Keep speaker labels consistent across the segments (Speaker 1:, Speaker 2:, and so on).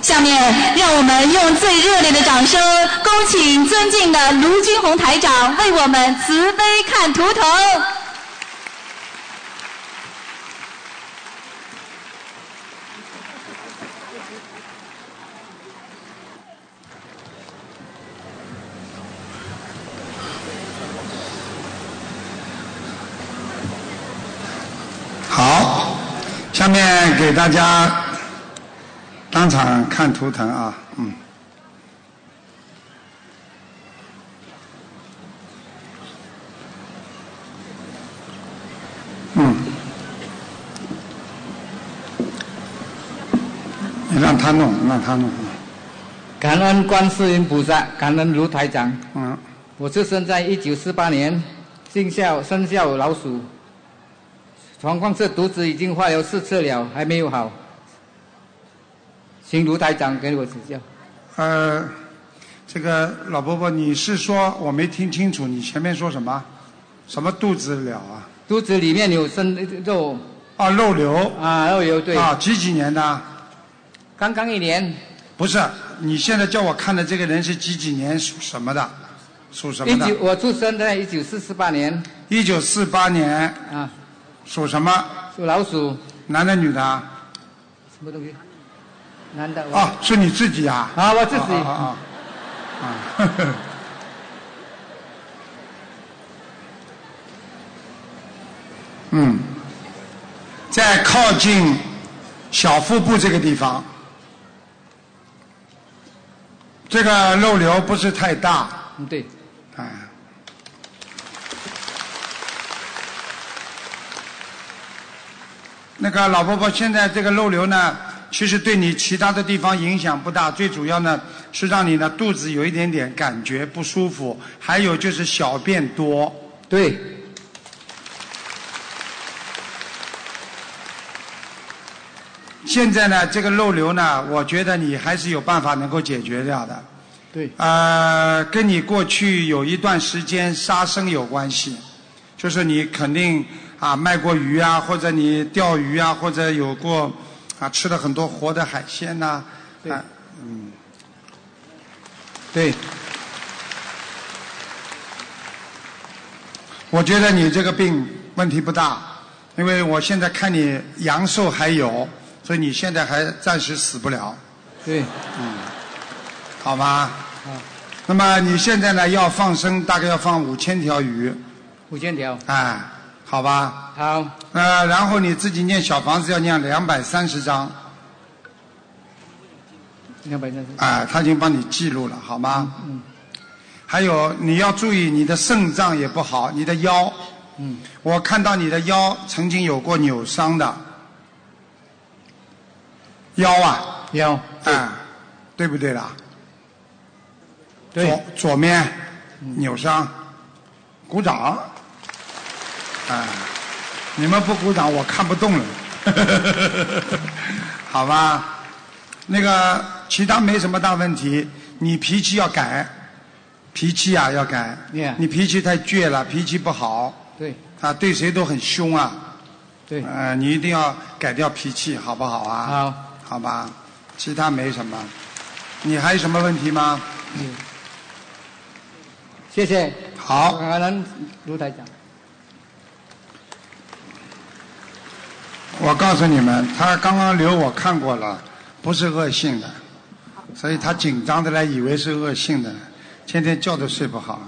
Speaker 1: 下面，让我们用最热烈的掌声，恭请尊敬的卢军红台长为我们慈悲看图腾。
Speaker 2: 好，下面给大家当场看图腾啊，嗯，嗯，你让他弄，让他弄，
Speaker 3: 感恩观世音菩萨，感恩卢台长。
Speaker 2: 嗯，
Speaker 3: 我是生在一九四八年，进校生肖老鼠，状况是毒子已经化疗四次了，还没有好，请卢台长给我指教。
Speaker 2: 呃，这个老伯伯，你是说我没听清楚，你前面说什么？什么肚子了啊？
Speaker 3: 肚子里面有生肉
Speaker 2: 啊，肉瘤
Speaker 3: 啊，肉瘤对
Speaker 2: 啊，几几年的？
Speaker 3: 刚刚一年，
Speaker 2: 不是，你现在叫我看的这个人是几几年属什么的？属什
Speaker 3: 一
Speaker 2: 么
Speaker 3: 九
Speaker 2: 的？
Speaker 3: 我出生在一九四四八年
Speaker 2: 一九四八年
Speaker 3: 啊，
Speaker 2: 属什么？
Speaker 3: 属老鼠，
Speaker 2: 男的女的？啊，
Speaker 3: 什么东西？男的我
Speaker 2: 哦是你自己啊？
Speaker 3: 啊，我自
Speaker 2: 啊
Speaker 3: 己
Speaker 2: 啊啊！啊 呵呵嗯，在靠近小腹部这个地方，这个肉瘤不是太大，
Speaker 3: 嗯对，
Speaker 2: 哎，那个老伯伯，现在这个肉瘤呢，其实对你其他的地方影响不大，最主要呢是让你呢肚子有一点点感觉不舒服，还有就是小便多。
Speaker 3: 对，
Speaker 2: 现在呢，这个肉瘤呢，我觉得你还是有办法能够解决掉的。
Speaker 3: 对，
Speaker 2: 呃，跟你过去有一段时间杀生有关系，就是你肯定啊卖过鱼啊，或者你钓鱼啊，或者有过啊吃了很多活的海鲜呐、
Speaker 3: 对
Speaker 2: 啊
Speaker 3: 对，
Speaker 2: 我觉得你这个病问题不大，因为我现在看你阳寿还有，所以你现在还暂时死不了，嗯
Speaker 3: 对，
Speaker 2: 好吗？那么你现在呢要放生，大概要放五千条鱼，
Speaker 3: 五千条，
Speaker 2: 哎，好吧？
Speaker 3: 好，
Speaker 2: 呃，然后你自己念小房子要念两百三十章，
Speaker 3: 两百三十，
Speaker 2: 啊、他已经帮你记录了，好吗？嗯。还有你要注意，你的肾脏也不好，你的腰，
Speaker 3: 嗯，
Speaker 2: 我看到你的腰曾经有过扭伤的，腰啊，
Speaker 3: 有，
Speaker 2: 啊、对不对啦？
Speaker 3: 对
Speaker 2: 左，左面扭伤，鼓掌。啊、你们不鼓掌，我看不动了，好吧？那个其他没什么大问题，你脾气要改，脾气啊要改。
Speaker 3: Yeah
Speaker 2: 你脾气太倔了，脾气不好
Speaker 3: 对，
Speaker 2: 啊，对谁都很凶啊。
Speaker 3: 对，
Speaker 2: 呃，你一定要改掉脾气，好不好啊？
Speaker 3: 好，
Speaker 2: 好吧，其他没什么。你还有什么问题吗？
Speaker 3: 谢谢，
Speaker 2: 好。
Speaker 3: 感恩卢台长，
Speaker 2: 我告诉你们，他刚刚留我看过了，不是恶性的，所以他紧张的来，以为是恶性的，天天觉都睡不好。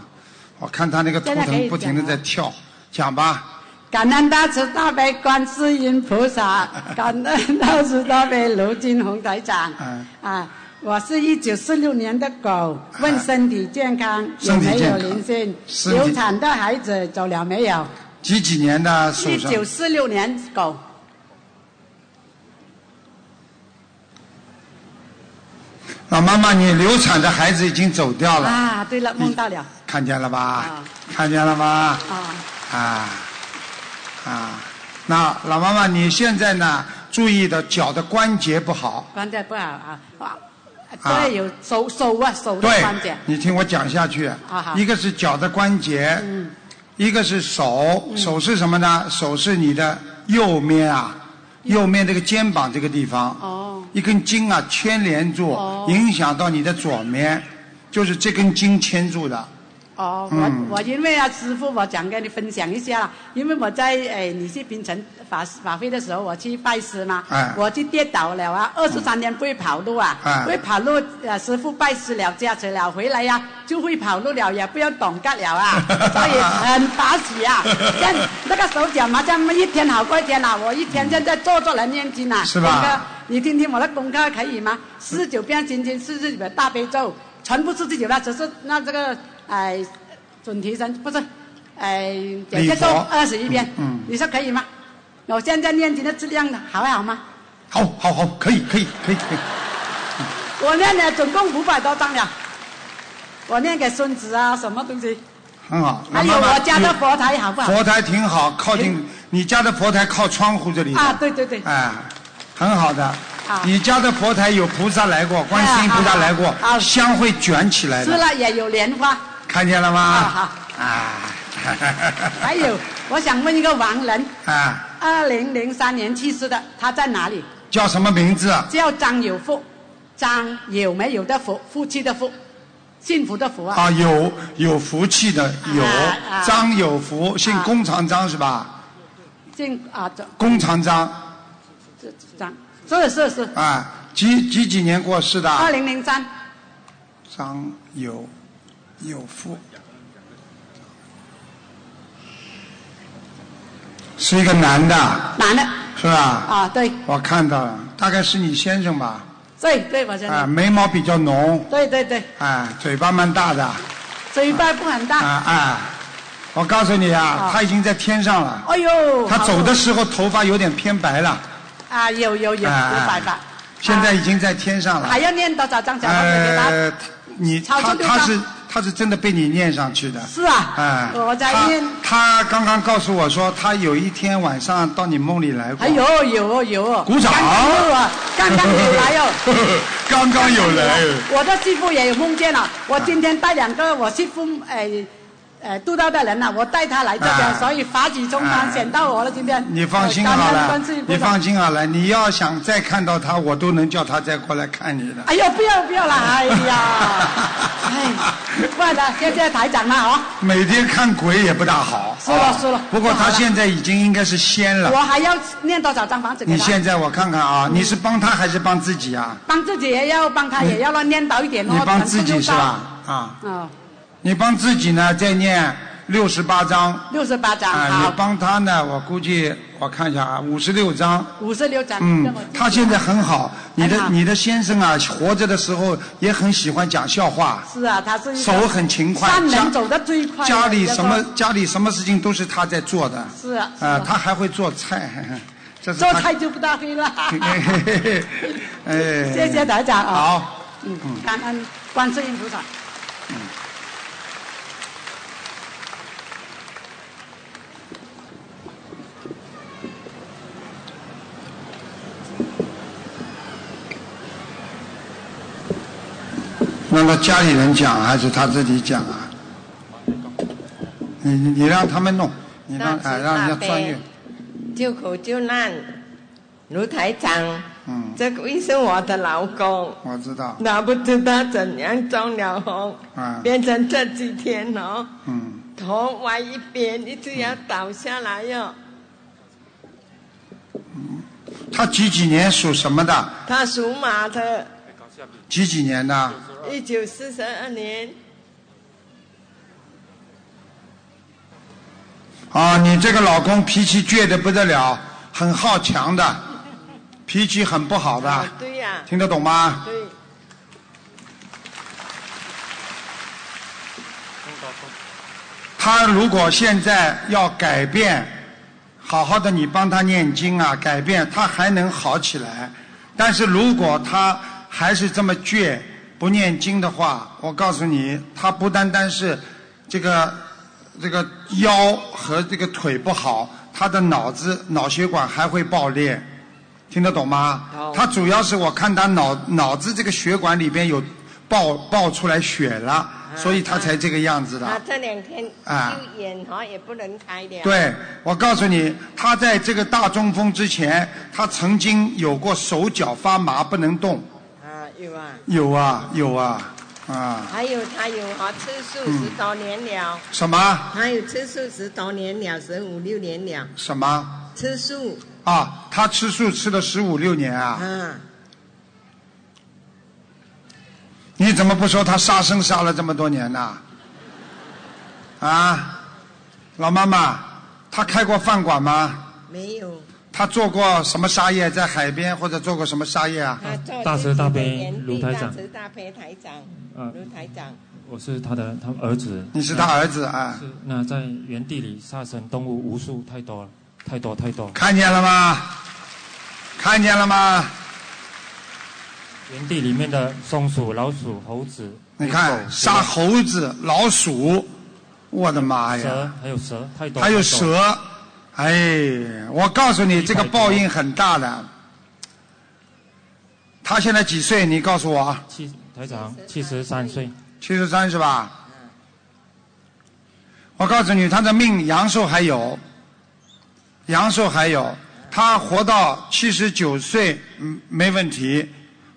Speaker 2: 我看他那个图
Speaker 4: 现在可以
Speaker 2: 腾不停的在跳，讲吧，
Speaker 4: 感恩大慈大悲观世音 菩萨，感恩大慈大悲卢金红台长。
Speaker 2: 嗯
Speaker 4: 啊，我是一九四六年的狗，问身体健康、有
Speaker 2: 啊身体
Speaker 4: 没
Speaker 2: 健康
Speaker 4: 有灵性？
Speaker 2: 身体
Speaker 4: 流产的孩子走了没有？
Speaker 2: 几几年的属
Speaker 4: 一
Speaker 2: 什
Speaker 4: 九
Speaker 2: 么？
Speaker 4: 四六年狗，
Speaker 2: 老妈妈，你流产的孩子已经走掉了，
Speaker 4: 啊，对了，梦到了
Speaker 2: 看见了吧
Speaker 4: 啊？
Speaker 2: 看见了吗？
Speaker 4: 啊，
Speaker 2: 啊啊，那老妈妈，你现在呢？注意的脚的关节不好，
Speaker 4: 关节不好啊，啊，
Speaker 2: 啊
Speaker 4: 对，有手手啊手的
Speaker 2: 对
Speaker 4: 关节，
Speaker 2: 你听我讲下去。
Speaker 4: 好嗯
Speaker 2: 一个是脚的关节，一个是手，手是什么呢？手是你的右面啊，右面这个肩膀这个地方，
Speaker 4: 嗯哦，
Speaker 2: 一根筋啊牵连住，
Speaker 4: 哦
Speaker 2: 影响到你的左面，就是这根筋牵住的。
Speaker 4: 哦，
Speaker 2: 嗯
Speaker 4: 我我因为啊，师傅，我想跟你分享一下啦，因为我在诶、你去槟城法法会的时候，我去拜师嘛，
Speaker 5: 哎
Speaker 4: 我去跌倒了啊，二十三天不会跑路啊，
Speaker 5: 哎
Speaker 4: 不会跑路，呃，师傅拜师了，加持了，回来呀、就会跑路了，也不要懂干了 啊，所以很法喜啊，像 那个手脚麻将一天好过一天啦、我一天现在做做人念经啊，
Speaker 5: 是吧
Speaker 4: 那个你听听我的功课可以吗？四十九遍心经，四十九遍大悲咒，全部四十九了，只是那这个哎、准提神不是哎解结咒
Speaker 2: 礼佛
Speaker 4: 二十一遍，
Speaker 2: 嗯嗯
Speaker 4: 你说可以吗？我现在念经的质量好不好吗？
Speaker 2: 好，好，好，可以，可以，可以，可以。
Speaker 4: 我念了总共五百多张了，我念给孙子啊，什么东西？
Speaker 2: 很好。那
Speaker 4: 还有
Speaker 2: 妈妈
Speaker 4: 哎我家的
Speaker 2: 你
Speaker 4: 佛台好不好？
Speaker 2: 佛台挺好，靠近你家的佛台靠窗户这里的。
Speaker 4: 啊，对对对，
Speaker 2: 哎，很好的。
Speaker 4: 啊
Speaker 2: 你家的佛台有菩萨来过，观世音菩萨来过，香会卷起来
Speaker 4: 啊是
Speaker 2: 的，
Speaker 4: 了也有莲花，
Speaker 2: 看见了
Speaker 4: 啊
Speaker 2: 吗？
Speaker 4: 好。
Speaker 2: 啊，
Speaker 4: 还有，我想问一个亡人，
Speaker 2: 啊，
Speaker 4: 二零零三年去世的，他在哪里？
Speaker 2: 叫什么名字？
Speaker 4: 叫张有福，张有没有的福，夫妻的福，幸福的福啊。
Speaker 2: 啊，有有福气的有
Speaker 4: 啊
Speaker 2: 张有福，姓工长张是吧？
Speaker 4: 姓啊，张
Speaker 2: 工长张
Speaker 4: 这张，是是是，
Speaker 2: 啊，几几几年过世的？
Speaker 4: 二零零三，
Speaker 2: 张有有福，是一个男的，
Speaker 4: 男的
Speaker 2: 是吧？
Speaker 4: 啊，对
Speaker 2: 我看到了，大概是你先生吧？
Speaker 4: 对对，我先
Speaker 2: 啊，
Speaker 4: 生，
Speaker 2: 眉毛比较浓，
Speaker 4: 对对对，
Speaker 2: 啊，嘴巴蛮大的，
Speaker 4: 嘴巴不很
Speaker 2: 啊
Speaker 4: 大，
Speaker 2: 啊！我告诉你啊
Speaker 4: 啊，
Speaker 2: 他已经在天上了。
Speaker 4: 哎呦，
Speaker 2: 他
Speaker 4: 好
Speaker 2: 走的时候头发有点偏白了，
Speaker 4: 啊，有有有，有
Speaker 2: 啊啊
Speaker 4: 白吧，
Speaker 2: 现在已经在天上了。
Speaker 4: 还要念多少张小房子给他？
Speaker 2: 呃，他你
Speaker 4: 超
Speaker 2: 他
Speaker 4: 出六
Speaker 2: 他
Speaker 4: 张
Speaker 2: 是他是真的被你念上去的。
Speaker 4: 是啊，
Speaker 2: 哎，
Speaker 4: 我在念，
Speaker 2: 他刚刚告诉我说，他有一天晚上到你梦里来过。
Speaker 4: 哎呦有哦有哦，
Speaker 2: 鼓掌
Speaker 4: 刚刚有啊，刚刚有来哦。
Speaker 2: 刚刚有来。
Speaker 4: 我的师傅也有梦见了，我今天带两
Speaker 2: 啊
Speaker 4: 个我师傅诶诶渡道的人呐、我带他来这边，
Speaker 2: 啊
Speaker 4: 所以法喜充
Speaker 2: 啊
Speaker 4: 满，选到我了今天。
Speaker 2: 你放心啊
Speaker 4: 呃
Speaker 2: 好
Speaker 4: 感恩
Speaker 2: 了
Speaker 4: 观世音，菩
Speaker 2: 你
Speaker 4: 萨
Speaker 2: 放心啊好了，你要想再看到他，我都能叫他再过来看你的。
Speaker 4: 哎呦，不要 不要啦！哎呀，哎，不然呢？现在台长了哦，
Speaker 2: 每天看鬼也不大好。
Speaker 4: 是了
Speaker 2: 啊
Speaker 4: 是了
Speaker 2: 不过
Speaker 4: 不好
Speaker 2: 他
Speaker 4: 了
Speaker 2: 现在已经应该是仙
Speaker 4: 我
Speaker 2: 了。
Speaker 4: 还要念多少张房子给
Speaker 2: 你
Speaker 4: 他？
Speaker 2: 现在我看看啊，你是帮他还是帮自己啊？
Speaker 4: 帮自己也要帮他，也要了念到一点哦。
Speaker 2: 你帮自己是吧？啊，
Speaker 4: 全部都到？嗯，
Speaker 2: 你帮自己呢，再念六十八章。
Speaker 4: 六十八张，
Speaker 2: 啊，你
Speaker 4: 好，
Speaker 2: 帮他呢，我估计我看一下啊，五十六章。
Speaker 4: 五十六张。
Speaker 2: 嗯
Speaker 4: 这么，
Speaker 2: 他现在很好，你
Speaker 4: 很
Speaker 2: 的
Speaker 4: 好
Speaker 2: 你的先生啊，活着的时候也很喜欢讲笑话，
Speaker 4: 是啊，他是一个
Speaker 2: 手很勤快，
Speaker 4: 三
Speaker 2: 家
Speaker 4: 人走得最快的
Speaker 2: 家里
Speaker 4: 一个
Speaker 2: 什么家里什么事情都是他在做的，
Speaker 4: 是啊，是
Speaker 2: 啊，
Speaker 4: 啊
Speaker 2: 他还会做菜， 这是
Speaker 4: 做
Speaker 2: 他
Speaker 4: 菜， 就不大 会了。
Speaker 2: 哎，
Speaker 4: 谢谢台长啊，
Speaker 2: 好，
Speaker 4: 嗯，感恩观世音菩萨。
Speaker 2: 让他家里人讲还是他自己讲啊？你你你让他们弄，你让
Speaker 6: 大
Speaker 2: 哎
Speaker 6: 慈
Speaker 2: 让人
Speaker 6: 大
Speaker 2: 家专业
Speaker 6: 悲，，救苦救难，卢台长，
Speaker 2: 嗯，
Speaker 6: 这个是我的老公，
Speaker 2: 我知道，
Speaker 6: 那不知道怎样中了风，
Speaker 2: 啊，
Speaker 6: 变成这几天哦，
Speaker 2: 嗯，
Speaker 6: 头歪一边，一直要倒下来哦哟、
Speaker 2: 他几几年属什么的？
Speaker 6: 他属马的，
Speaker 2: 几几年的？
Speaker 6: 一九四二年，
Speaker 2: 啊，你这个老公脾气倔得不得了，很好强的，脾气很不好的，
Speaker 6: 对呀、
Speaker 2: 听得懂吗？
Speaker 6: 对，
Speaker 2: 他如果现在要改变，好好的你帮他念经啊，改变他还能好起来。但是如果他还是这么倔，不念经的话，我告诉你，他不单单是这个这个腰和这个腿不好，他的脑子脑血管还会爆裂。听得懂吗？他主要是我看他脑脑子这个血管里边有爆爆出来血了，所以他才这个样子的。
Speaker 6: 他这两天
Speaker 2: 啊
Speaker 6: 就眼哈也不能开了。
Speaker 2: 对，我告诉你，他在这个大中风之前，他曾经有过手脚发麻不能动。
Speaker 6: 啊，有啊，
Speaker 2: 有啊，有啊，啊，
Speaker 6: 还有他有哈吃素
Speaker 2: 嗯
Speaker 6: 十多年了，
Speaker 2: 什么
Speaker 6: 他有吃素十多年了，十五六年了，
Speaker 2: 什么
Speaker 6: 吃素
Speaker 2: 啊？他吃素吃了十五六年啊，
Speaker 6: 啊，
Speaker 2: 你怎么不说他杀生杀了这么多年呢？啊，老妈妈，他开过饭馆吗？
Speaker 6: 没有。
Speaker 2: 他做过什么沙业？在海边或者做过什么沙业啊？
Speaker 6: 他做
Speaker 5: 大慈大悲
Speaker 6: 自己的园地
Speaker 5: 卢台长
Speaker 6: 大慈大悲台长，
Speaker 5: 啊
Speaker 6: 卢台长，
Speaker 5: 我是他的他儿子。
Speaker 2: 你是他儿子啊？
Speaker 5: 是那在原地里杀生动物无数太多了，太多太多。
Speaker 2: 看见了吗？看见了吗？
Speaker 5: 原地里面的松鼠、老鼠、猴子，
Speaker 2: 你
Speaker 5: 哦
Speaker 2: 看，杀猴子、老鼠，我的妈呀！
Speaker 5: 蛇还有蛇太多，
Speaker 2: 还有
Speaker 5: 太多，
Speaker 2: 蛇，哎，我告诉你，这个报应很大的。他现在几岁？你告诉我，
Speaker 5: 七台长七十三岁，嗯
Speaker 2: 七十三是吧？我告诉你，他的命阳寿还有，阳寿还有，他活到七十九岁，嗯，没问题。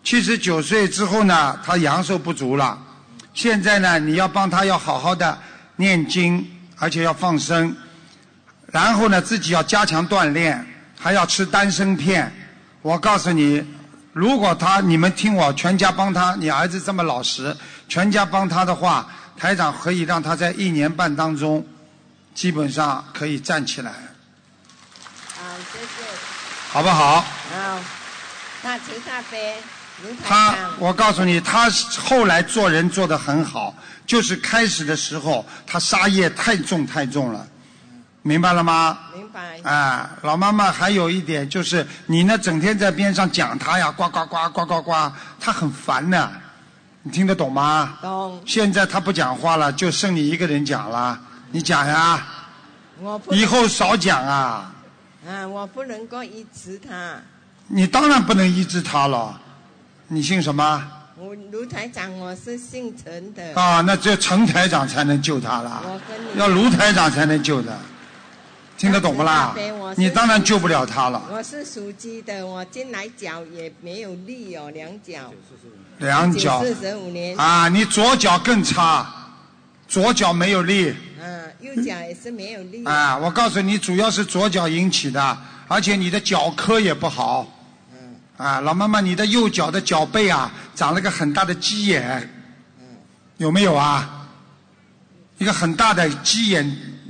Speaker 2: 七十九岁之后呢，他阳寿不足了。现在呢，你要帮他要好好的念经，而且要放生，然后呢，自己要加强锻炼，还要吃丹参片。我告诉你，如果他你们听我全家帮他，你儿子这么老实，全家帮他的话，台长可以让他在一年半当中，基本上可以站起来，
Speaker 6: 啊，谢谢，
Speaker 2: 好不好？
Speaker 6: 好，大慈大悲卢台
Speaker 2: 他
Speaker 6: 长，，
Speaker 2: 我告诉你，他后来做人做得很好，就是开始的时候他杀业太重太重了，明白了吗？
Speaker 6: 明白，
Speaker 2: 啊，老妈妈还有一点就是，你呢整天在边上讲他呀，呱呱呱呱呱呱，他很烦的、你听得懂吗？
Speaker 6: 懂，
Speaker 2: 现在他不讲话了，就剩你一个人讲了，你讲呀，
Speaker 6: 我不
Speaker 2: 以后少讲啊。
Speaker 6: 啊，我不能够依持他，
Speaker 2: 你当然不能医治他了，你姓什么
Speaker 6: 我卢台长我是姓陈的，
Speaker 2: 啊？那只有陈台长才能救他了，
Speaker 6: 我跟你
Speaker 2: 要卢台长才能救的，听得懂不啦
Speaker 6: 大慈大悲我？是
Speaker 2: 你当然救不了他了。
Speaker 6: 我是属鸡的，我进来脚也没有力哦，两脚，
Speaker 2: 两脚
Speaker 6: 四十五年，啊
Speaker 2: 啊，你左脚更差，左脚没有力
Speaker 6: 啊右脚也是没有哦力，
Speaker 2: 啊！我告诉你，主要是左脚引起的，而且你的脚科也不好。啊，老妈妈，你的右脚的脚背啊，长了个很大的鸡眼，有没有啊？一个很大的鸡眼，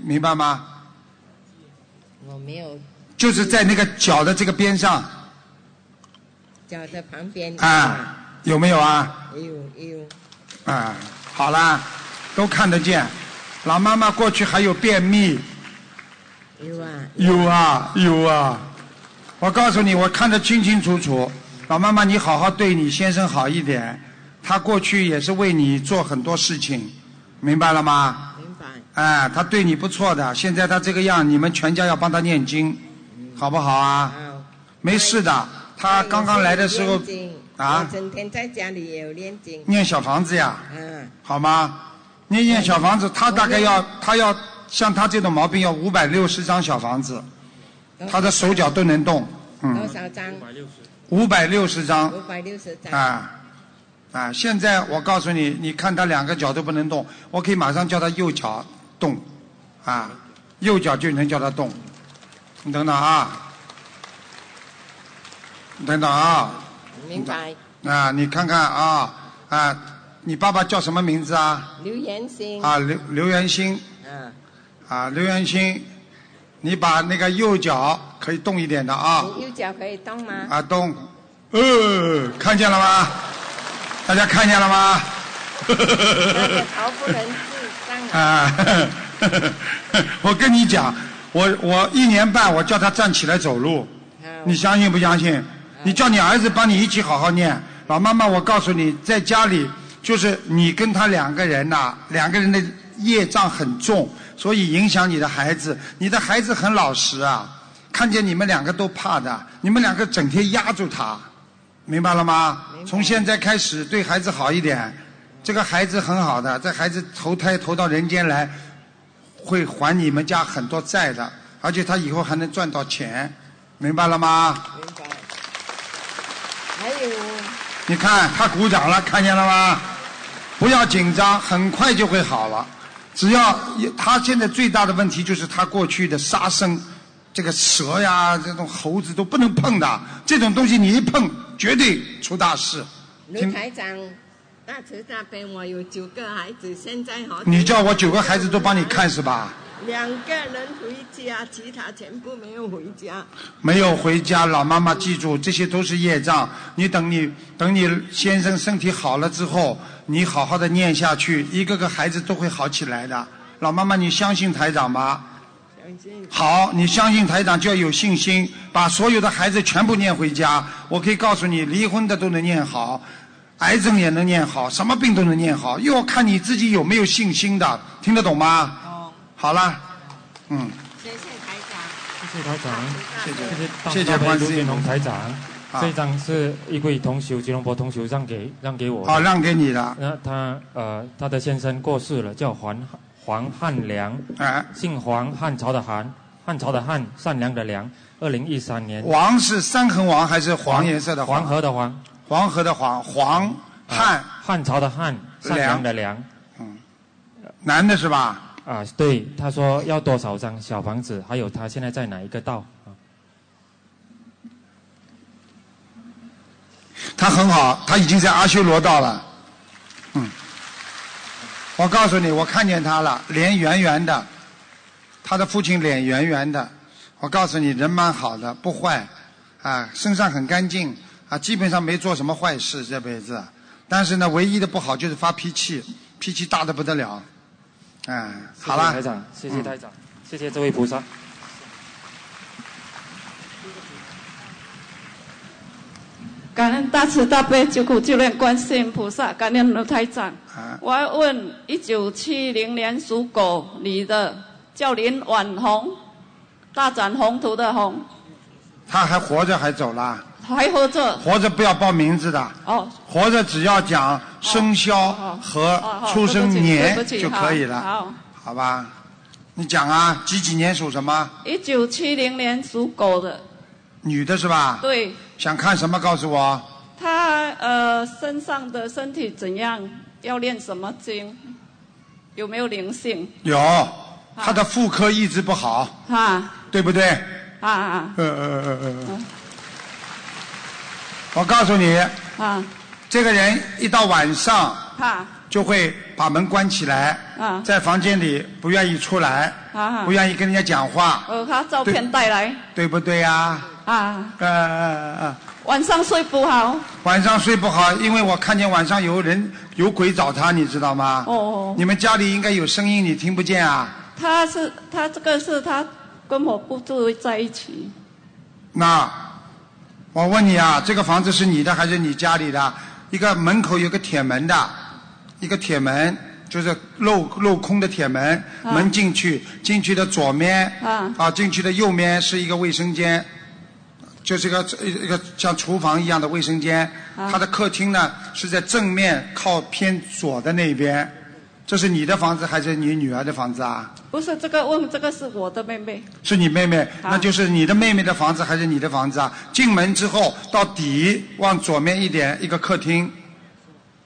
Speaker 2: 明白吗？
Speaker 6: 我没有
Speaker 2: 就是在那个脚的这个边上
Speaker 6: 脚的旁边，哎
Speaker 2: 啊，有没有啊？
Speaker 6: 有有，
Speaker 2: 啊，好啦，都看得见。老妈妈过去还有便秘，
Speaker 6: 有啊，
Speaker 2: 有啊有啊，我告诉你，我看得清清楚楚。老妈妈，你好好对你先生好一点，他过去也是为你做很多事情，明白了吗？
Speaker 6: 明白。
Speaker 2: 哎，他对你不错的，现在他这个样，你们全家要帮他念经，好不好啊？
Speaker 6: 好
Speaker 2: 没事的，他刚刚来的时候
Speaker 6: 我也是有念经
Speaker 2: 啊
Speaker 6: 我整天在家里也有念经，
Speaker 2: 念小房子呀，
Speaker 6: 嗯，
Speaker 2: 好吗？念念小房子，他大概要他要像他这种毛病要五百六十张小房子，
Speaker 6: 嗯
Speaker 2: 他的手脚都能动，
Speaker 6: 多
Speaker 2: 嗯，
Speaker 6: 少张？
Speaker 2: 五百六十张
Speaker 6: 五百六十张。
Speaker 2: 啊啊！现在我告诉你，你看他两个脚都不能动，我可以马上叫他右脚动，啊，右脚就能叫他动。你等等啊，你等等啊，
Speaker 6: 明白。
Speaker 2: 啊，你看看啊啊，你爸爸叫什么名字啊？
Speaker 6: 刘元星，
Speaker 2: 啊，刘刘元星
Speaker 6: 嗯，
Speaker 2: 啊，刘元星，你把那个右脚可以动一点的啊
Speaker 6: 你右脚可以动吗？
Speaker 2: 啊动，呃，看见了吗？大家看见了吗？
Speaker 6: 那个头不能自上来。
Speaker 2: 啊， 我跟你讲，我我一年半我叫他站起来走路，
Speaker 6: 好
Speaker 2: 你相信不相信？你叫你儿子帮你一起好好念。老妈妈，我告诉你，在家里就是你跟他两个人呐、两个人的业障很重，所以影响你的孩子。你的孩子很老实啊，看见你们两个都怕的，你们两个整天压住他，明白了吗？从现在开始对孩子好一点，这个孩子很好的，这孩子投胎投到人间来，会还你们家很多债的，而且他以后还能赚到钱，明白了吗？
Speaker 6: 明白。还有
Speaker 2: 你看他鼓掌了，看见了吗？不要紧张，很快就会好了。只要他现在最大的问题就是他过去的杀生，这个蛇呀、这种猴子都不能碰的，这种东西你一碰绝对出大事。
Speaker 6: 卢台长，大慈大悲，我有九个孩子，现在好。
Speaker 2: 你叫我九个孩子都帮你看是吧？
Speaker 6: 两个人回家，其他全部没有回家。
Speaker 2: 没有回家，老妈妈记住，这些都是业障。你等你等你先生身体好了之后，你好好的念下去，一个个孩子都会好起来的。老妈妈，你相信台长吗？
Speaker 6: 相信
Speaker 2: 好，你相信台长就要有信心，把所有的孩子全部念回家。我可以告诉你，离婚的都能念好，癌症也能念好，什么病都能念好，又要看你自己有没有信心的，听得懂吗？
Speaker 6: 哦，
Speaker 2: 好了，嗯，
Speaker 6: 谢谢台长，
Speaker 5: 谢谢台长，
Speaker 2: 谢谢
Speaker 5: 谢谢大
Speaker 2: 谢谢
Speaker 5: 大
Speaker 2: 观
Speaker 5: 悲卢
Speaker 2: 世音
Speaker 5: 金龙
Speaker 2: 菩萨
Speaker 5: 台长。
Speaker 2: 啊
Speaker 5: 这张是一位同修吉隆坡同修让给让给我的。
Speaker 2: 好，啊让给你了，
Speaker 5: 那他呃，他的先生过世了，叫黄黄汉良，
Speaker 2: 哎，
Speaker 5: 姓黄，汉朝的汉，汉朝的汉，善良的良。二零一三年，
Speaker 2: 王是三横王还是黄颜色的
Speaker 5: 黄
Speaker 2: 黄？
Speaker 5: 河的黄，
Speaker 2: 黄河的黄，黄汉嗯
Speaker 5: 啊，汉朝的汉，善良的良。
Speaker 2: 男的是吧？
Speaker 5: 啊，对，他说要多少张小房子，还有他现在在哪一个道啊？
Speaker 2: 他很好，他已经在阿修罗道了。嗯，我告诉你，我看见他了，脸圆圆的，他的父亲脸圆圆的。我告诉你，人蛮好的，不坏，啊，身上很干净，啊，基本上没做什么坏事这辈子。但是呢，唯一的不好就是发脾气，脾气大的不得了。哎，好
Speaker 5: 谢谢
Speaker 2: 了嗯
Speaker 5: 台，长，谢谢台长，谢谢这位菩萨。
Speaker 7: 感恩大慈大悲救苦救难观世音菩萨，感恩卢台长。
Speaker 2: 啊，
Speaker 7: 我要问一九七零年属狗女的，叫林婉红，大展宏图的宏，
Speaker 2: 他还活着还走了，
Speaker 7: 还活着。
Speaker 2: 活着不要报名字的。
Speaker 7: 哦，
Speaker 2: 活着只要讲生肖
Speaker 7: 哦
Speaker 2: 和
Speaker 7: 哦好
Speaker 2: 出生
Speaker 7: 对
Speaker 2: 年
Speaker 7: 不起
Speaker 2: 就可以了，
Speaker 7: 好，
Speaker 2: 好吧？你讲啊，几几年属什么？
Speaker 7: 一九七零年属狗的，
Speaker 2: 女的是吧？
Speaker 7: 对
Speaker 2: 想看什么告诉我？
Speaker 7: 她呃身上的身体怎样？要练什么经？有没有灵性？
Speaker 2: 有，她的妇科一直不好，
Speaker 7: 哈
Speaker 2: 对不对？
Speaker 7: 啊啊
Speaker 2: 呃呃呃呃呃。我告诉你，
Speaker 7: 啊
Speaker 2: 这个人一到晚上
Speaker 7: 哈
Speaker 2: 就会把门关起来，
Speaker 7: 啊！
Speaker 2: 在房间里不愿意出来，
Speaker 7: 啊
Speaker 2: 不愿意跟人家讲话，
Speaker 7: 呃，他照片带来
Speaker 2: 对不对呀、
Speaker 7: 啊，
Speaker 2: 呃呃呃呃。
Speaker 7: 晚上睡不好
Speaker 2: 晚上睡不好，因为我看见晚上有人有鬼找他，你知道吗？
Speaker 7: 哦。
Speaker 2: 你们家里应该有声音，你听不见啊？
Speaker 7: 他是他这个是他跟我不住在一起，
Speaker 2: 那我问你啊，这个房子是你的还是你家里的？一个门口有个铁门的，一个铁门就是镂镂空的铁门，
Speaker 7: 啊
Speaker 2: 门进去，进去的左面
Speaker 7: 啊
Speaker 2: 进去的右面是一个卫生间，就是一个一个像厨房一样的卫生间。
Speaker 7: 啊
Speaker 2: 它的客厅呢是在正面靠偏左的那边。这是你的房子还是你女儿的房子啊？
Speaker 7: 不是这个问这个是我的妹妹，
Speaker 2: 是你妹妹，
Speaker 7: 啊
Speaker 2: 那就是你的妹妹的房子还是你的房子啊？进门之后到底往左面一点，一个客厅，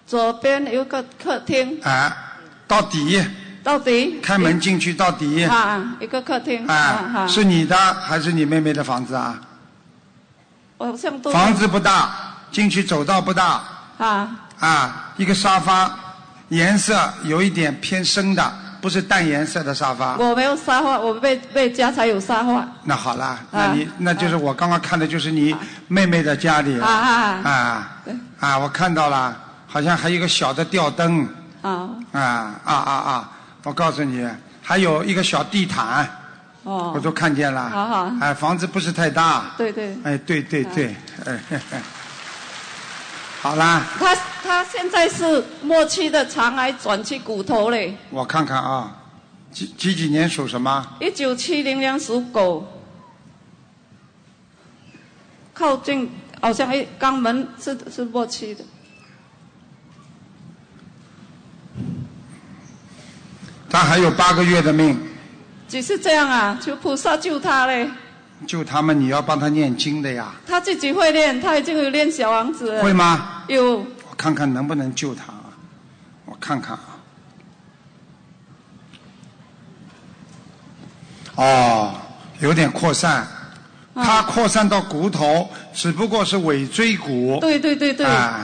Speaker 7: 左边有个客厅，
Speaker 2: 啊，到底
Speaker 7: 到底
Speaker 2: 开门进去到底，啊，
Speaker 7: 啊一个客厅啊
Speaker 2: 是你的还是你妹妹的房子啊？
Speaker 7: 我好像都
Speaker 2: 房子不大，进去走道不大，
Speaker 7: 啊
Speaker 2: 啊，一个沙发，颜色有一点偏深的，不是淡颜色的沙发。
Speaker 7: 我没有沙发，我被被家才有沙发
Speaker 2: 那好啦，那你、
Speaker 7: 啊
Speaker 2: 那就是我刚刚看的就是你妹妹的家里了
Speaker 7: 啊啊
Speaker 2: 啊
Speaker 7: 对
Speaker 2: 啊！我看到了，好像还有一个小的吊灯
Speaker 7: 啊
Speaker 2: 啊啊啊啊！我告诉你，还有一个小地毯，我
Speaker 7: 哦
Speaker 2: 都看见了。
Speaker 7: 好好
Speaker 2: 哎，房子不是太大。
Speaker 7: 对对，
Speaker 2: 哎，对对对，
Speaker 7: 哦
Speaker 2: 哎， 嘿嘿好啦，
Speaker 7: 他他现在是末期的肠癌转去骨头嘞。
Speaker 2: 我看看啊，几几几年属什么？
Speaker 7: 一九七零年属狗，靠近好像一肛门是是末期的，
Speaker 2: 他还有八个月的命，
Speaker 7: 只是这样啊，求菩萨救他嘞。
Speaker 2: 救他们你要帮他念经的呀，
Speaker 7: 他自己会练，他已经有练小王子了。
Speaker 2: 会？吗？
Speaker 7: 有，
Speaker 2: 我看看能不能救他啊，我看看啊。哦，有点扩散，
Speaker 7: 嗯
Speaker 2: 它扩散到骨头，只不过是尾椎骨。
Speaker 7: 对对对对，
Speaker 2: 啊，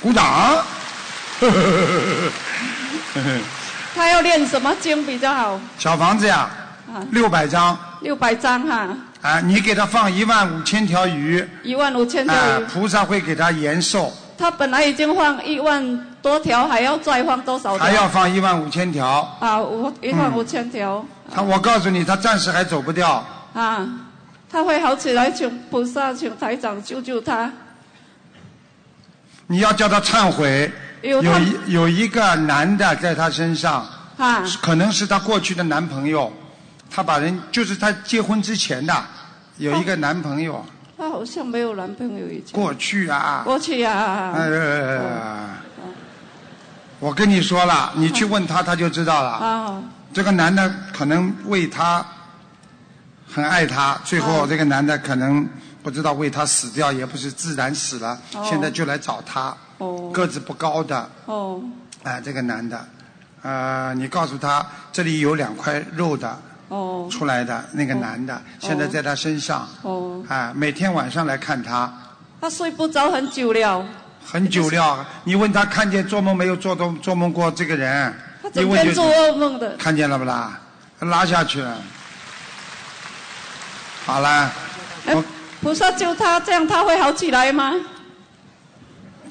Speaker 2: 鼓 掌。
Speaker 7: 他要练什么经比较好？
Speaker 2: 小房子呀，
Speaker 7: 啊，
Speaker 2: 六百张
Speaker 7: 六百张哈，
Speaker 2: 啊，你给他放一万五千条鱼，
Speaker 7: 一万五千条
Speaker 2: 啊
Speaker 7: 鱼。，
Speaker 2: 菩萨会给他延寿，
Speaker 7: 他本来已经放一万多条，还要再放多少条？
Speaker 2: 还要放一万五千条。
Speaker 7: 啊，五一万五千条、
Speaker 2: 他，我告诉你，他暂时还走不掉。
Speaker 7: 啊，他会好起来，请菩萨，请台长救救他。
Speaker 2: 你要叫他忏悔。
Speaker 7: 有哎他
Speaker 2: 有一有一个男的在他身上，
Speaker 7: 啊
Speaker 2: 可能是她过去的男朋友，她把人就是她结婚之前的有一个男朋友，
Speaker 7: 他好像没有男朋友已经。
Speaker 2: 过去啊，
Speaker 7: 过去啊，
Speaker 2: 呃，
Speaker 7: 哦
Speaker 2: 我跟你说了，你去问她，她就知道了。
Speaker 8: 哦
Speaker 7: 啊，
Speaker 2: 这个男的可能为她很爱她，最
Speaker 7: 哦
Speaker 2: 后这个男的可能不知道为她死掉，也不是自然死了，
Speaker 7: 哦
Speaker 2: 现在就来找她，
Speaker 7: 哦
Speaker 2: 个子不高的。
Speaker 7: 哦，
Speaker 2: 啊，这个男的，呃，你告诉他这里有两块肉的
Speaker 7: 哦，
Speaker 2: 出来的那个男的，现在在他身上，
Speaker 7: 哦，
Speaker 2: 啊，每天晚上来看他，
Speaker 7: 他睡不着很久了，
Speaker 2: 很久了。你问他看见做梦没有做到做梦过这个人
Speaker 7: 他，
Speaker 2: 一
Speaker 7: 整
Speaker 2: 问
Speaker 7: 天
Speaker 2: 就
Speaker 7: 做
Speaker 2: 知
Speaker 7: 噩梦的。
Speaker 2: 看见了不啦？拉下去了。好了，
Speaker 7: 哎
Speaker 2: 我，
Speaker 7: 菩萨救他，这样他会好起来吗？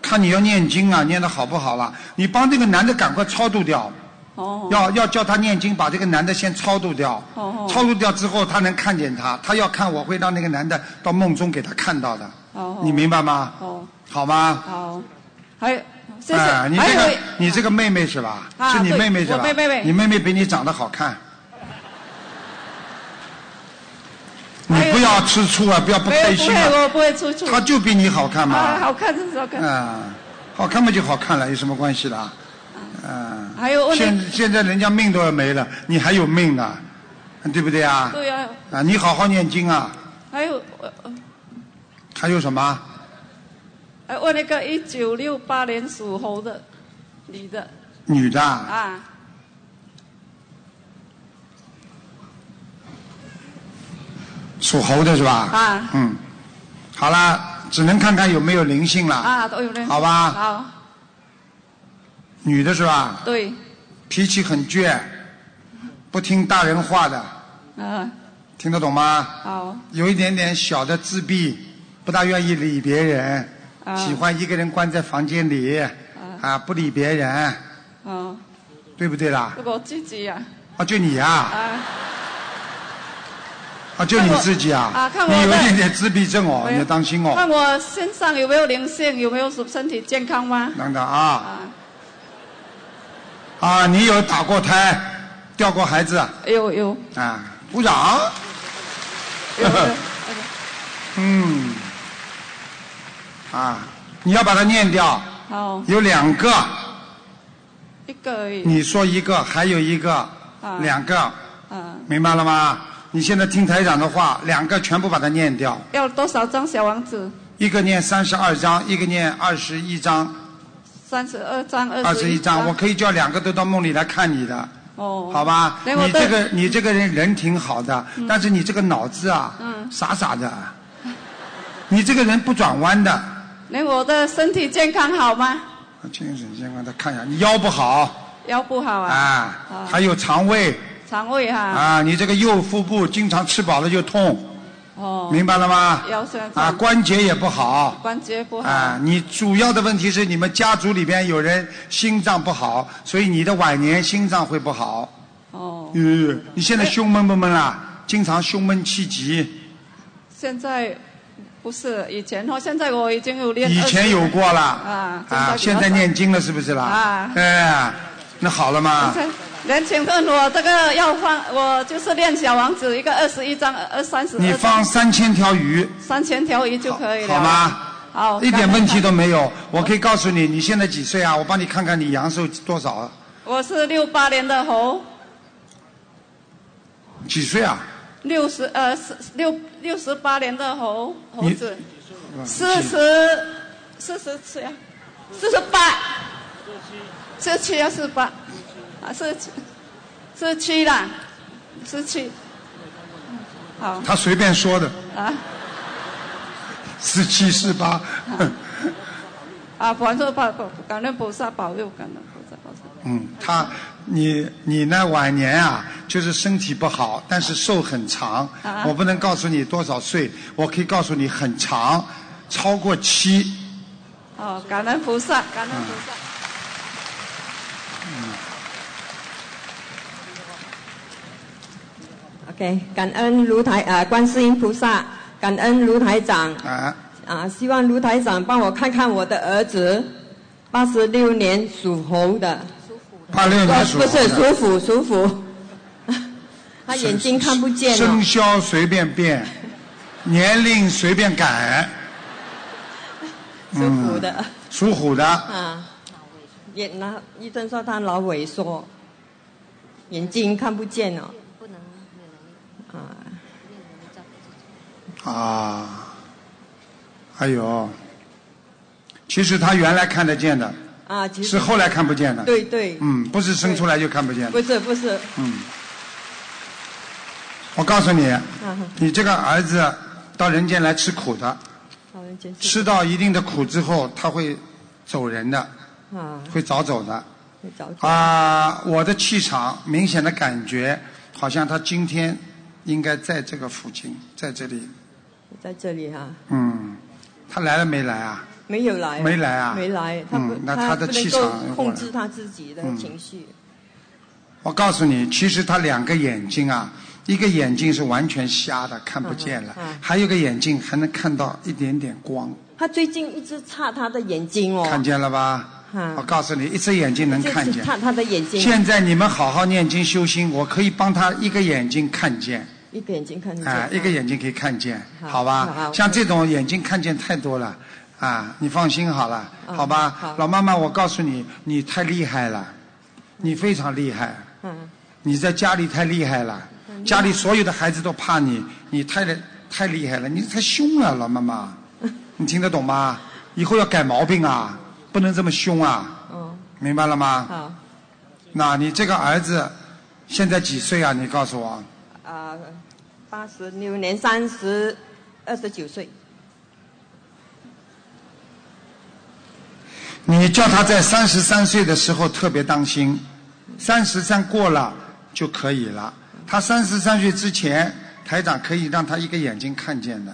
Speaker 2: 看你要念经啊，念的好不好啦？你帮这个男的赶快超度掉，
Speaker 7: 哦，
Speaker 2: 要要叫他念经，把这个男的先超度掉。
Speaker 7: 哦
Speaker 2: 超度掉之后，他能看见他，他要看我会让那个男的到梦中给他看到的，
Speaker 7: 哦，
Speaker 2: 你明白吗？
Speaker 7: 哦，
Speaker 2: 好吗？
Speaker 7: 好，还谢谢，
Speaker 2: 哎，你
Speaker 7: 还
Speaker 2: 这
Speaker 7: 有
Speaker 2: 个你这个妹妹是吧？
Speaker 7: 啊
Speaker 2: 是你
Speaker 7: 对
Speaker 2: 妹妹是吧？
Speaker 7: 我妹妹妹
Speaker 2: 你妹妹比你长得好看。你
Speaker 7: 还有
Speaker 2: 不要吃醋啊，不要不
Speaker 7: 没有
Speaker 2: 开
Speaker 7: 不
Speaker 2: 心
Speaker 7: 会，
Speaker 2: 啊，
Speaker 7: 我不会吃醋。
Speaker 2: 她就比你好看
Speaker 7: 啊，
Speaker 2: 嘛。
Speaker 7: 好看是好看。
Speaker 2: 啊，好看嘛就好看了，有什么关系啦？嗯。
Speaker 7: 啊还有问
Speaker 2: 现
Speaker 7: 题，
Speaker 2: 现在人家命都要没了，你还有命呢，对不对啊？
Speaker 7: 对呀、啊，
Speaker 2: 啊，你好好念经啊！
Speaker 7: 还有呃呃
Speaker 2: 还有什么？
Speaker 7: 还问那个一九六八年属猴的女的
Speaker 2: 女的啊，
Speaker 7: 啊，
Speaker 2: 属猴的是吧？
Speaker 7: 啊
Speaker 2: 嗯，好啦，只能看看有没有灵性了。
Speaker 7: 啊都有人
Speaker 2: 好吧
Speaker 7: 好，
Speaker 2: 女的是吧？
Speaker 7: 对，
Speaker 2: 脾气很倔，不听大人话的，
Speaker 7: 啊
Speaker 2: 听得懂吗？
Speaker 7: 好
Speaker 2: 有一点点小的自闭，不大愿意理别人，
Speaker 7: 啊
Speaker 2: 喜欢一个人关在房间里，啊，不理别人，
Speaker 7: 好，
Speaker 2: 对不对啦？
Speaker 7: 哦如果自己呀
Speaker 2: 啊，就你啊，
Speaker 7: 啊
Speaker 2: 啊，就你自己啊，
Speaker 7: 啊看
Speaker 2: 你
Speaker 7: 我的
Speaker 2: 有一点点自闭症哦，
Speaker 7: 没
Speaker 2: 你
Speaker 7: 有
Speaker 2: 要当心
Speaker 7: 看
Speaker 2: 哦，
Speaker 7: 我身上有没有灵性，有没有身体健康吗？
Speaker 2: 等等啊。
Speaker 7: 啊，
Speaker 2: 啊，你有打过胎，掉过孩子
Speaker 7: 有有
Speaker 2: 啊？鼓掌。
Speaker 7: 有的
Speaker 2: 嗯。啊，你要把它念掉，
Speaker 7: 好
Speaker 2: 有两个，
Speaker 7: 一个而已
Speaker 2: 你说一个，还有一个，
Speaker 7: 啊
Speaker 2: 两个，
Speaker 7: 啊，
Speaker 2: 明白了吗？你现在听台长的话，两个全部把它念掉，
Speaker 7: 要多少张小王子？
Speaker 2: 一个念三十二章，一个念二十一章，
Speaker 7: 三十二张，
Speaker 2: 二
Speaker 7: 二
Speaker 2: 十一章，
Speaker 7: 张，
Speaker 2: 我可以叫两个都到梦里来看你的。
Speaker 7: 哦，
Speaker 2: 好吧，
Speaker 7: 对我
Speaker 2: 你
Speaker 7: 对
Speaker 2: 这个你这个人人挺好的，但是你这个脑子啊，
Speaker 7: 嗯
Speaker 2: 傻傻的，你这个人不转弯的，
Speaker 7: 那我的身体健康好吗？
Speaker 2: 精神健康，他看一下，你腰不好
Speaker 7: 腰不好
Speaker 2: 啊，
Speaker 7: 啊，啊
Speaker 2: 还有肠胃
Speaker 7: 肠胃哈、
Speaker 2: 啊你这个右腹部经常吃饱了就痛，
Speaker 7: 哦，
Speaker 2: 明白了吗？
Speaker 7: 腰酸痛
Speaker 2: 啊，关节也不好。
Speaker 7: 关节不好，
Speaker 2: 啊，你主要的问题是你们家族里边有人心脏不好，所以你的晚年心脏会不好。
Speaker 7: 哦，
Speaker 2: 嗯，你现在胸闷不闷啊？经常胸闷气急。
Speaker 7: 现在不是以前哦，现在我已经有练，
Speaker 2: 以前有过了
Speaker 7: 啊
Speaker 2: 啊，
Speaker 7: 现
Speaker 2: 现
Speaker 7: 在比较少
Speaker 2: 在念经了是不是啦？
Speaker 7: 啊
Speaker 2: 哎，那好了嘛，
Speaker 7: 现在。人请问我这个要放，我就是练小王子一个二十一张，二三十，
Speaker 2: 你放三千条鱼，
Speaker 7: 三千条鱼就可以了，
Speaker 2: 好吗？
Speaker 7: 好，
Speaker 2: 一点问题都
Speaker 7: 没。
Speaker 2: 没有。我可以告诉你，你现在几岁啊？我帮你看看你阳寿多少啊？
Speaker 7: 我是六八年的猴，
Speaker 2: 几岁啊？
Speaker 7: 六十呃十六六十八年的猴猴
Speaker 2: 你
Speaker 7: 子，
Speaker 2: 哇
Speaker 7: 四
Speaker 2: 几
Speaker 7: 十四十七啊，四十八，四七啊四八，啊四七，四七啦，四七，好
Speaker 2: 他随便说的，
Speaker 7: 啊
Speaker 2: 四七四八。
Speaker 7: 啊，反正把感恩菩萨保佑，感恩菩萨保佑。
Speaker 2: 嗯，他，你你呢？晚年啊，就是身体不好，但是寿很长。
Speaker 7: 啊
Speaker 2: 我不能告诉你多少岁，我可以告诉你很长，超过七。
Speaker 7: 哦，感恩菩萨，感恩菩萨。
Speaker 2: 嗯
Speaker 9: OK，感恩卢台呃观世音菩萨，感恩卢台长
Speaker 2: 啊，
Speaker 9: 啊，希望卢台长帮我看看我的儿子，八十六年属猴的，
Speaker 2: 八六年属
Speaker 9: 不
Speaker 2: 猴
Speaker 9: 是
Speaker 2: 的
Speaker 9: 属虎属虎，他眼睛看不见哦
Speaker 2: 生
Speaker 9: 了，
Speaker 2: 肖随便 变，年龄随便改，嗯
Speaker 9: 属虎的
Speaker 2: 属虎的
Speaker 9: 啊，眼那医生说他脑萎缩，眼睛看不见哦了，不能啊，
Speaker 2: 啊，哎呦，其实他原来看得见的，
Speaker 9: 啊，其
Speaker 2: 是
Speaker 9: 实
Speaker 2: 后来看不见的。
Speaker 9: 对对，
Speaker 2: 嗯，不是生出来就看不见的
Speaker 9: 不。是不是，
Speaker 2: 嗯，我告诉你，
Speaker 9: 嗯，
Speaker 2: 你这个儿子到人间来吃苦的，
Speaker 9: 好人解释
Speaker 2: 吃到一定的苦之后，他会走人的，
Speaker 9: 啊，
Speaker 2: 会早走的。
Speaker 9: 会找错
Speaker 2: 啊、我的气场明显的感觉，好像他今天应该在这个附近，在这里。
Speaker 9: 在这里哈、啊。
Speaker 2: 嗯，他来了没来啊？
Speaker 9: 没有来，
Speaker 2: 没来啊
Speaker 9: 没来，他不，
Speaker 2: 嗯那他
Speaker 9: 他
Speaker 2: 的
Speaker 9: 不
Speaker 2: 气
Speaker 9: 能
Speaker 2: 场
Speaker 9: 够控制他自己的情绪，
Speaker 2: 嗯我告诉你，其实他两个眼睛啊，一个眼睛是完全瞎的，看不见了
Speaker 9: 嗯嗯；
Speaker 2: 还有一个眼睛还能看到一点点光，
Speaker 9: 他最近一直擦他的眼睛哦，
Speaker 2: 看见了吧？
Speaker 9: 嗯
Speaker 2: 我告诉你，一只眼睛能
Speaker 9: 就是
Speaker 2: 看见。
Speaker 9: 擦他的眼睛，
Speaker 2: 现在你们好好念经修心，我可以帮他一个眼睛看见，
Speaker 9: 一个眼睛看得见，
Speaker 2: 啊，一个眼睛可以看见，
Speaker 9: 嗯好
Speaker 2: 好
Speaker 9: 好
Speaker 2: 吧？
Speaker 9: 好
Speaker 2: 像这种眼睛看见太多了，啊，你放心好了，
Speaker 9: 嗯
Speaker 2: 好吧
Speaker 9: 好？
Speaker 2: 老妈妈，我告诉你，你太厉害了，你非常厉害，
Speaker 9: 嗯，
Speaker 2: 你在家里太厉害了，家里所有的孩子都怕你，你太太厉害了，你太凶了，老妈 妈，你听得懂吗？以后要改毛病啊，不能这么凶啊，
Speaker 9: 哦，
Speaker 2: 明白了吗？
Speaker 9: 好，啊、
Speaker 2: 那你这个儿子现在几岁啊？你告诉我，
Speaker 9: 啊八十六年三十，二十九岁，
Speaker 2: 你叫他在三十三岁的时候特别当心，三十三过了就可以了。他三十三岁之前，台长可以让他一个眼睛看见的。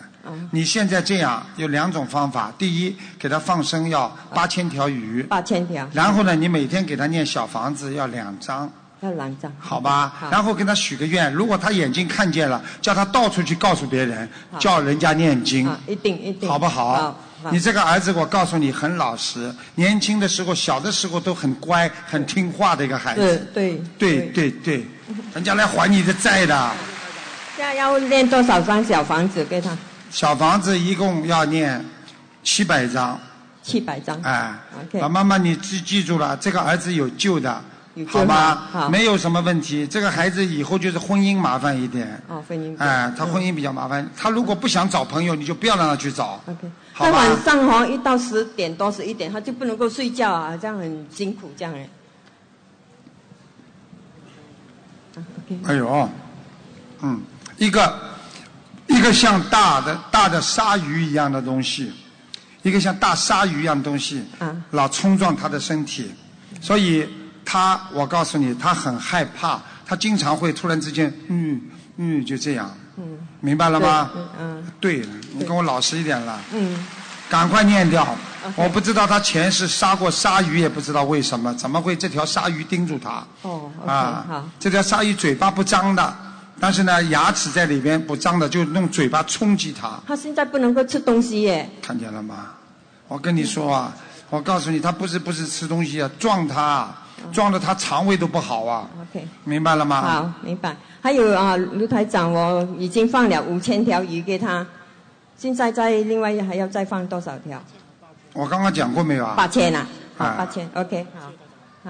Speaker 2: 你现在这样有两种方法：第一，给他放生要八千条鱼，
Speaker 9: 八千条，
Speaker 2: 然后呢，你每天给他念小房子要两张，
Speaker 9: 要两张，
Speaker 2: 好吧？
Speaker 9: 好
Speaker 2: 然后跟他许个愿，如果他眼睛看见了，叫他到处去告诉别人，
Speaker 9: 好
Speaker 2: 叫人家念经。
Speaker 9: 啊，一定一定，
Speaker 2: 好不好？
Speaker 9: 好，好
Speaker 2: 你这个儿子，我告诉你，很老实，年轻的时候、小的时候都很乖、很听话的一个孩
Speaker 9: 是
Speaker 2: 子。
Speaker 9: 对
Speaker 2: 对，对对，人家来还你的债的。
Speaker 9: 现在要练多少张小房子给他？
Speaker 2: 小房子一共要念七百张，
Speaker 9: 七百张，
Speaker 2: 哎，
Speaker 9: OK
Speaker 2: 老妈妈，你记记住了，这个儿子有救的，
Speaker 9: 有救
Speaker 2: 好吗？
Speaker 9: 的好
Speaker 2: 没有什么问题。这个孩子以后就是婚姻麻烦一点，
Speaker 9: 哦，婚姻，
Speaker 2: 哎，他婚姻比较麻烦。他如果不想找朋友，你就不要让他去找，
Speaker 9: OK，
Speaker 2: 好
Speaker 9: 他
Speaker 2: 吧？
Speaker 9: 晚上哦，一到十点多十一点，他就不能够睡觉啊，这样很辛苦这样哎。啊，OK，
Speaker 2: 哎呦，嗯，一个一个像大的大的鲨鱼一样的东西，一个像大鲨鱼一样的东西，
Speaker 9: 啊
Speaker 2: 老冲撞他的身体，所以他，我告诉你，他很害怕，他经常会突然之间，嗯嗯，就这样，嗯，明白了吗？
Speaker 9: 对嗯
Speaker 2: 对了，你跟我老实一点了，
Speaker 9: 嗯，
Speaker 2: 赶快念掉。
Speaker 9: OK
Speaker 2: 我不知道他前世杀过鲨鱼，也不知道为什么，怎么会这条鲨鱼盯住他？
Speaker 9: 哦，OK，
Speaker 2: 啊
Speaker 9: 好，
Speaker 2: 这条鲨鱼嘴巴不张的，但是呢，牙齿在里边不张的，就用嘴巴冲击它，
Speaker 9: 他现在不能够吃东西耶，
Speaker 2: 看见了吗？我跟你说啊，我告诉你，它不是不是吃东西啊，撞它，撞的它肠胃都不好啊，
Speaker 9: OK
Speaker 2: 明白了吗？
Speaker 9: 好，明白。还有啊，卢台长，我已经放了五千条鱼给他，现在再另外还要再放多少条？
Speaker 2: 我刚刚讲过没有啊？
Speaker 9: 八千啊，好，
Speaker 2: 啊
Speaker 9: 八千，OK，好，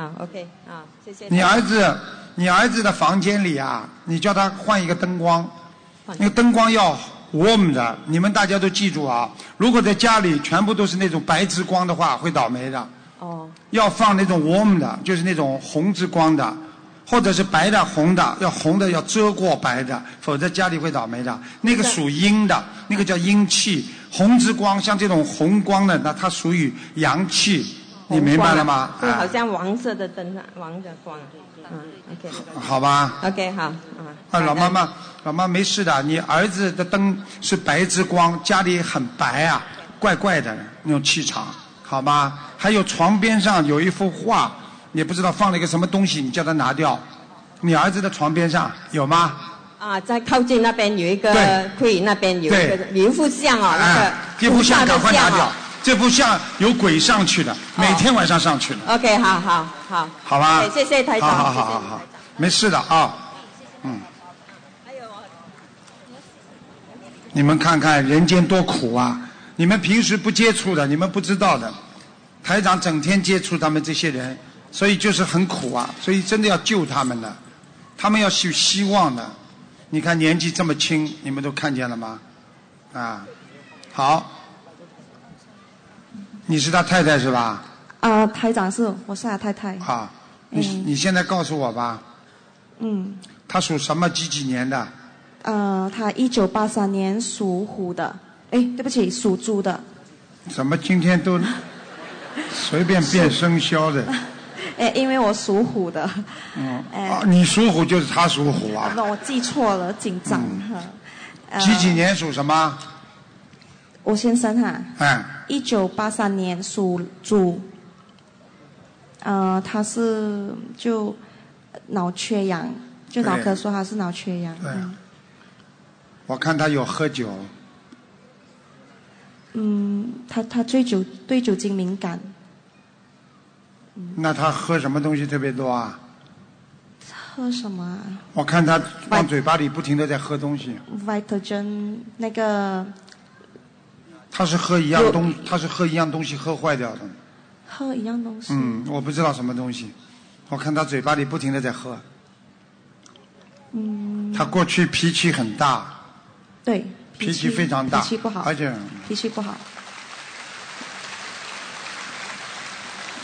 Speaker 9: 好，OK，好，谢谢。
Speaker 2: 你儿子，你儿子的房间里啊，你叫他换一个灯光，那个灯光要 warm 的。你们大家都记住啊，如果在家里全部都是那种白之光的话，会倒霉的。
Speaker 9: 哦，
Speaker 2: 要放那种 warm 的，就是那种红之光的，或者是白的、红的，要红的要遮过白的，否则家里会倒霉的。那个属阴的，那个叫阴气。红之光像这种红光的，那它属于阳气，你明白了吗？
Speaker 9: 就好
Speaker 2: 啊，
Speaker 9: 像黄色的灯啊，黄的光。嗯，OK，OK，、
Speaker 2: 好吧。
Speaker 9: 好，啊，
Speaker 2: 啊，老妈妈，老妈没事的。你儿子的灯是白之光，家里很白啊，怪怪的那种气场，好吗？还有床边上有一幅画，也不知道放了一个什么东西，你叫他拿掉。你儿子的床边上有吗？
Speaker 9: 啊，在靠近那边有一个
Speaker 2: 对，
Speaker 9: 可以那边有一个
Speaker 2: 对
Speaker 9: 有一幅像哦，那
Speaker 2: 哎
Speaker 9: 个，
Speaker 2: 这幅像
Speaker 9: 菩
Speaker 2: 赶
Speaker 9: 萨的
Speaker 2: 快拿
Speaker 9: 像
Speaker 2: 掉
Speaker 9: 哦。。
Speaker 2: 这幅像有鬼上去的，每天晚上上去的，
Speaker 9: OK，好好好，
Speaker 2: 好吧？
Speaker 9: 对谢谢台长，
Speaker 2: 好好
Speaker 9: 谢谢
Speaker 2: 好好好，没事的啊。嗯。你们看看人间多苦啊！你们平时不接触的，你们不知道的，台长整天接触他们这些人，所以就是很苦啊！所以真的要救他们的，他们要是有希望的。你看年纪这么轻，你们都看见了吗？啊，好，你是他太太是吧？
Speaker 10: 啊，台长是，我是他太太。
Speaker 2: 啊，你、
Speaker 10: 嗯
Speaker 2: 你现在告诉我吧，
Speaker 10: 嗯，
Speaker 2: 他属什么几几年的？
Speaker 10: 呃，他一九八三年属虎的，哎，对不起，属猪的。
Speaker 2: 怎么今天都 随便变生肖的？
Speaker 10: 哎，因为我属虎的，
Speaker 2: 嗯，
Speaker 10: 哎
Speaker 2: 啊，你属虎就是他属虎啊。
Speaker 10: 那、我记错了，紧张。哈。呃
Speaker 2: 几几？年属什么？
Speaker 10: 我先生哈，
Speaker 2: 哎，
Speaker 10: 一九八三年属猪。呃，他是就脑缺氧，就脑科说他是脑缺氧。
Speaker 2: 对我看他有喝酒，
Speaker 10: 嗯，他他对酒对酒精敏感，
Speaker 2: 那他喝什么东西特别多啊？
Speaker 10: 喝什么、啊？
Speaker 2: 我看他往嘴巴里不停的在喝东西，
Speaker 10: Vitagen 那个
Speaker 2: 他是喝一样东，他是喝一样东西喝坏掉的。
Speaker 10: 喝一样东西，
Speaker 2: 嗯，我不知道什么东西，我看他嘴巴里不停的在喝。
Speaker 10: 嗯，
Speaker 2: 他过去脾气很大，
Speaker 10: 对
Speaker 2: 脾气非常大，
Speaker 10: 脾气不好，
Speaker 2: 而且
Speaker 10: 脾气不好，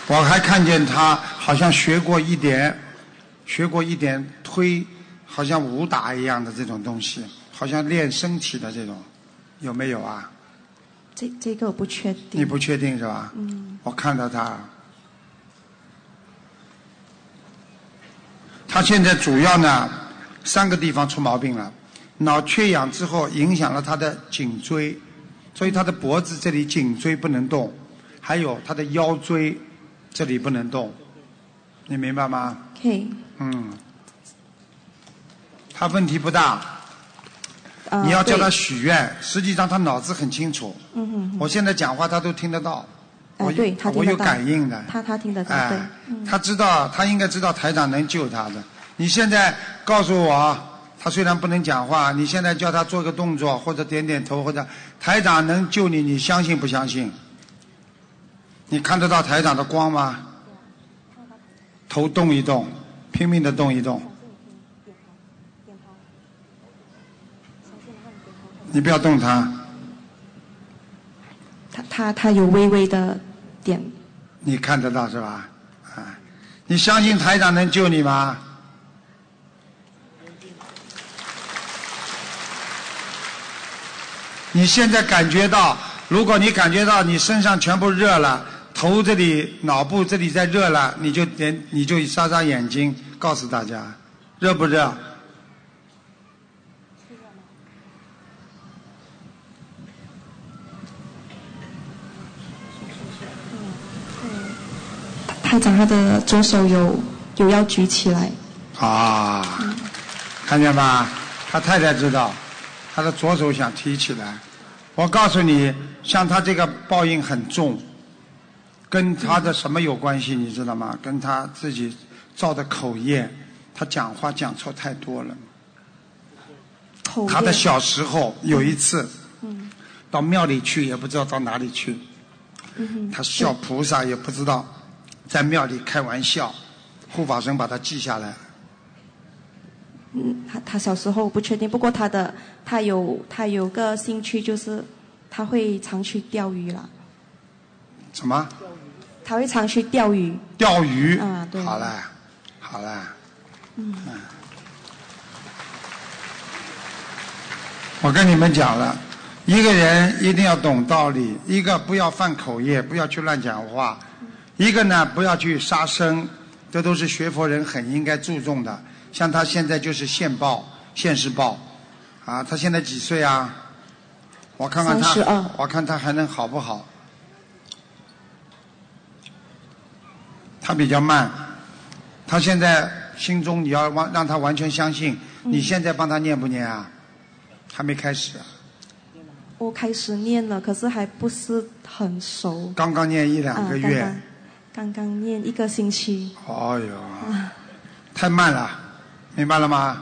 Speaker 2: 我还看见他好像学过一点，学过一点推，好像武打一样的这种东西，好像练身体的这种，有没有啊？
Speaker 10: 这这个我不确定。
Speaker 2: 你不确定是吧？
Speaker 10: 嗯，
Speaker 2: 我看到他，他现在主要呢三个地方出毛病了，脑缺氧之后影响了他的颈椎，所以他的脖子这里颈椎不能动，还有他的腰椎这里不能动，你明白吗？
Speaker 10: OK，
Speaker 2: 嗯，他问题不大，
Speaker 10: 呃
Speaker 2: 你要叫他
Speaker 10: 对
Speaker 2: 许愿，实际上他脑子很清楚。
Speaker 10: 嗯嗯，
Speaker 2: 我现在讲话他都听得到，
Speaker 10: 哎、
Speaker 2: 我
Speaker 10: 对他听
Speaker 2: 我
Speaker 10: 得
Speaker 2: 有
Speaker 10: 到，
Speaker 2: 感应的，
Speaker 10: 他他听得到，对嗯
Speaker 2: 哎，，他知道他应该知道台长能救他的。你现在告诉我，他虽然不能讲话，你现在叫他做个动作或者点点头或者台长能救你，你相信不相信？你看得到台长的光吗？头动一动，拼命的动一动。你不要动他，
Speaker 10: 他他他有微微的点，
Speaker 2: 你看得到是吧？啊，你相信台长能救你吗？你现在感觉到，如果你感觉到你身上全部热了，头这里、脑部这里在热了，你就点，你就眨眨眼睛，告诉大家，热不热？
Speaker 10: 他长他的左手有有要举起来，
Speaker 2: 啊，看见吧？他太太知道，他的左手想提起来。我告诉你，像他这个报应很重，跟他的什么有关系？你知道吗？跟他自己造的口业，他讲话讲错太多了。
Speaker 10: 口业
Speaker 2: 他的小时候有一次
Speaker 10: 嗯
Speaker 2: 到庙里去，也不知道到哪里去，
Speaker 10: 嗯哼，
Speaker 2: 他笑菩萨也不知道，在庙里开玩笑，护法神把他记下来，
Speaker 10: 嗯，他他小时候不确定，不过他的他有他有个兴趣就是他会常去钓鱼啦，
Speaker 2: 什么？
Speaker 10: 他会常去钓鱼。
Speaker 2: 钓鱼。
Speaker 10: 啊，对。
Speaker 2: 好嘞，好嘞。
Speaker 10: 嗯。
Speaker 2: 我跟你们讲了，一个人一定要懂道理，一个不要犯口业，不要去乱讲话，一个呢不要去杀生，这都是学佛人很应该注重的。像他现在就是现报、现世报，啊，他现在几岁啊？我看看他
Speaker 10: 32，
Speaker 2: 我看他还能好不好？他比较慢，他现在心中你要完让他完全相信，你
Speaker 10: 嗯
Speaker 2: 现在帮他念不念啊？还没开始啊，
Speaker 10: 我开始念了，可是还不是很熟。
Speaker 2: 刚刚念一两个月，
Speaker 10: 啊、刚刚刚刚念一个星期。
Speaker 2: 哎呦，
Speaker 10: 啊，
Speaker 2: 太慢了，明白了吗？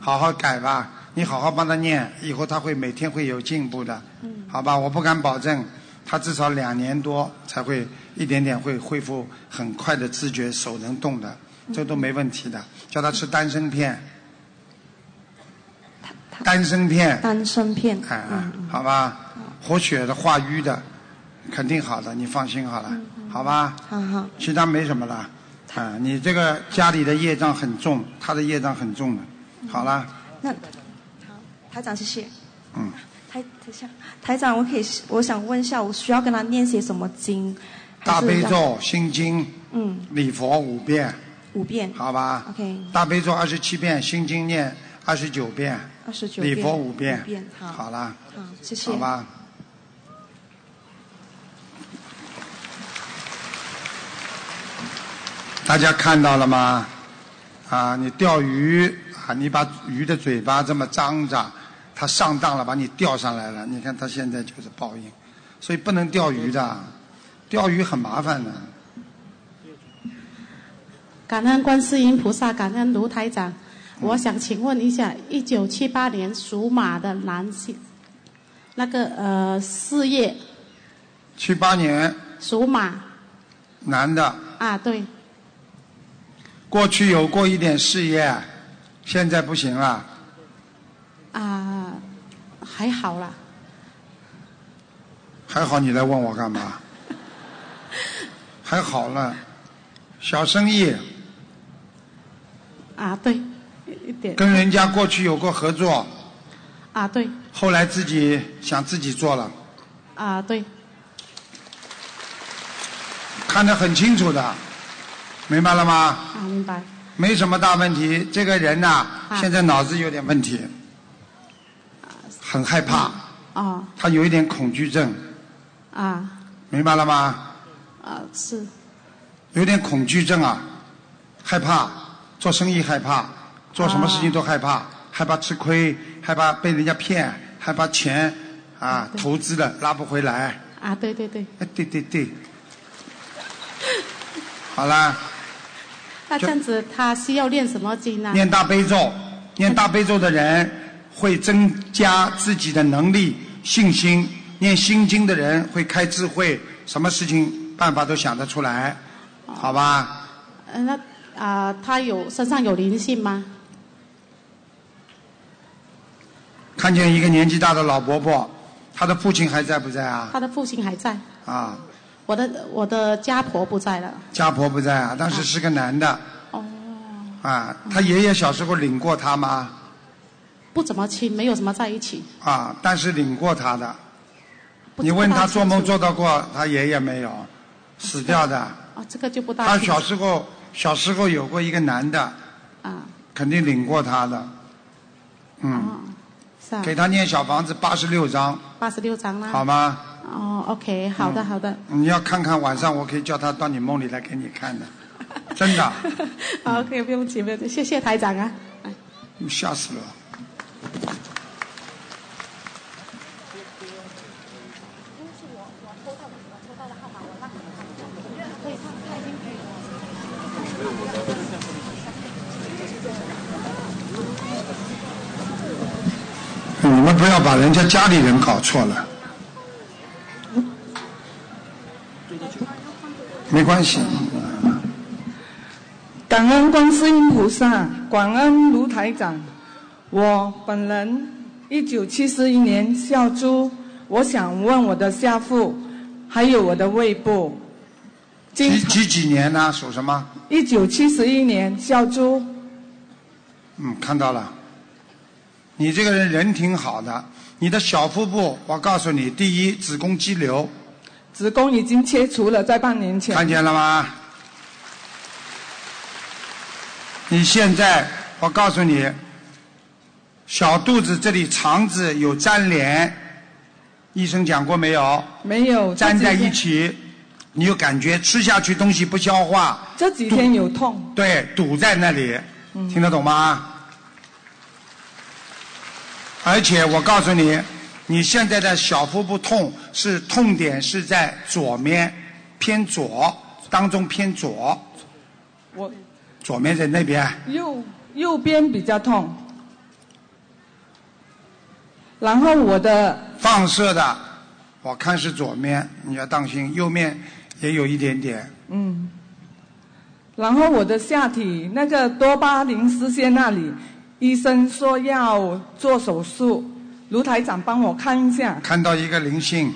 Speaker 2: 好好改吧，你好好帮他念，以后他会每天会有进步的，
Speaker 10: 嗯
Speaker 2: 好吧？我不敢保证，他至少两年多才会一点点会恢复很快的知觉，手能动的，
Speaker 10: 嗯
Speaker 2: 这都没问题的。叫他吃丹参片，丹参片，
Speaker 10: 丹参片。嗯
Speaker 2: 哎好吧？活血的、化瘀的，肯定好的，你放心好了，
Speaker 10: 嗯
Speaker 2: 好吧？
Speaker 10: 好好，
Speaker 2: 其他没什么了。啊，你这个家里的业障很重，他的业障很重的。好了，
Speaker 10: 那好，台长谢谢。
Speaker 2: 嗯，
Speaker 10: 台台长，台长，我可以，我想问一下，我需要跟他念些什么经？还
Speaker 2: 大
Speaker 10: 是
Speaker 2: 悲
Speaker 10: 让
Speaker 2: 咒、，心经、
Speaker 10: 嗯，
Speaker 2: 礼佛五遍，
Speaker 10: 五遍。
Speaker 2: 好吧？
Speaker 10: OK，
Speaker 2: 大悲咒二十七遍，心经念二十九遍，
Speaker 10: 二十九
Speaker 2: 礼
Speaker 10: 遍。
Speaker 2: 佛五
Speaker 10: 五遍，好，
Speaker 2: 好了，
Speaker 10: 好，谢谢。
Speaker 2: 好吧？大家看到了吗？啊，你钓鱼啊，你把鱼的嘴巴这么张着，它上当了，把你钓上来了。你看它现在就是报应，所以不能钓鱼的，钓鱼很麻烦的。
Speaker 11: 感恩观世音菩萨，感恩卢台长。我想请问一下，一九七八年属马的男性，那个呃事业
Speaker 2: 七八年
Speaker 11: 属马
Speaker 2: 男的，
Speaker 11: 啊，对，
Speaker 2: 过去有过一点事业，现在不行了。
Speaker 11: 啊，还好啦，
Speaker 2: 还好你来问我干嘛？还好了，小生意
Speaker 11: 啊，对，一一点
Speaker 2: 跟人家过去有过合作，
Speaker 11: 啊，对
Speaker 2: 后来自己想自己做了，
Speaker 11: 啊，对
Speaker 2: 看得很清楚的，明白了吗？
Speaker 11: 啊，明白
Speaker 2: 没什么大问题，这个人呐、
Speaker 11: 啊
Speaker 2: 现在脑子有点问题，很害怕，
Speaker 11: 哦
Speaker 2: 他有一点恐惧症，
Speaker 11: 啊
Speaker 2: 明白了吗？
Speaker 11: 啊是
Speaker 2: 有点恐惧症啊，害怕做生意，害怕做什么事情都害怕，害怕吃亏，害怕被人家骗，害怕钱啊投资了拉不回来。
Speaker 11: 啊，对对对，
Speaker 2: 哎，对对对，好啦，
Speaker 11: 那这样子他需要练什么经啊呢？
Speaker 2: 念大悲咒，念大悲咒的人会增加自己的能力、信心；念心经的人会开智慧，什么事情办法都想得出来，
Speaker 11: 哦
Speaker 2: 好吧？
Speaker 11: 呃那啊、他有身上有灵性吗？
Speaker 2: 看见一个年纪大的老伯伯，他的父亲还在不在啊？
Speaker 11: 他的父亲还在，
Speaker 2: 啊，
Speaker 11: 我的我的家婆不在了。
Speaker 2: 家婆不在啊，当时是个男的。
Speaker 11: 哦。
Speaker 2: 啊，他爷爷小时候领过他吗？
Speaker 11: 不怎么亲，没有什么在一起。
Speaker 2: 啊，但是领过他的。
Speaker 11: 不
Speaker 2: 你问
Speaker 11: 不大
Speaker 2: 他
Speaker 11: 清楚
Speaker 2: 做梦做到过他爷爷没有？死掉的。
Speaker 11: 哦，这个就不大
Speaker 2: 他
Speaker 11: 清
Speaker 2: 小
Speaker 11: 楚
Speaker 2: 时候小时候有过一个男的，
Speaker 11: 啊，
Speaker 2: 肯定领过他的。嗯，
Speaker 11: 是啊，
Speaker 2: 给他念小房子八十六章，
Speaker 11: 八十六张啦。
Speaker 2: 好？嗯吗？
Speaker 11: 哦，OK，好的，好的、
Speaker 2: 你要看看晚上，我可以叫他到你梦里来给你看的，真的，
Speaker 11: 好 o k 不用急，不用急，谢谢台长啊。
Speaker 2: 你吓死了。哎你们不要把人家家里人搞错了。没关系，
Speaker 12: 感恩观世音菩萨，感恩卢台长。我本人一九七四一年下猪，我想问我的下腹，还有我的胃部。
Speaker 2: 几几几年呢？属什么？
Speaker 12: 一九七十一年下猪，
Speaker 2: 嗯，看到了。你这个人人挺好的，你的小腹部，我告诉你，第一子宫肌瘤，
Speaker 12: 子宫已经切除了，在半年前。
Speaker 2: 看见了吗？你现在，我告诉你，小肚子这里肠子有粘连，医生讲过没有？
Speaker 12: 没有
Speaker 2: 粘在一。
Speaker 12: 这几天
Speaker 2: 起，你就感觉吃下去东西不消化，
Speaker 12: 这几天有痛，
Speaker 2: 对，堵在那里，
Speaker 12: 嗯
Speaker 2: 听得懂吗？而且我告诉你，你现在的小腹部痛是痛点是在左面偏左当中偏左，
Speaker 12: 我
Speaker 2: 左面在那边，
Speaker 12: 右右边比较痛，然后我的
Speaker 2: 放射的，我看是左面，你要当心，右面也有一点点。
Speaker 12: 嗯，然后我的下体那个多巴胺丝线那里，医生说要做手术，卢台长帮我看一下，
Speaker 2: 看到一个灵性，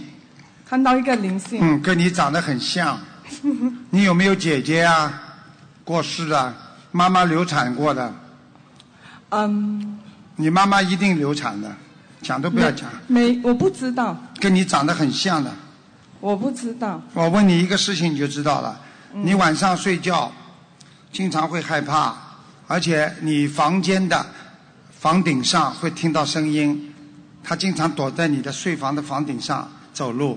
Speaker 12: 看到一个灵性，
Speaker 2: 嗯，跟你长得很 像。你有没有姐姐啊？过世的，妈妈流产过的，
Speaker 12: 嗯，
Speaker 2: 你妈妈一定流产的，讲都不要讲，
Speaker 12: 没，我不知道，
Speaker 2: 跟你长得很像的。
Speaker 12: 我不知道，
Speaker 2: 我问你一个事情你就知道了，
Speaker 12: 嗯
Speaker 2: 你晚上睡觉经常会害怕，而且你房间的房顶上会听到声音，他经常躲在你的睡房的房顶上走路，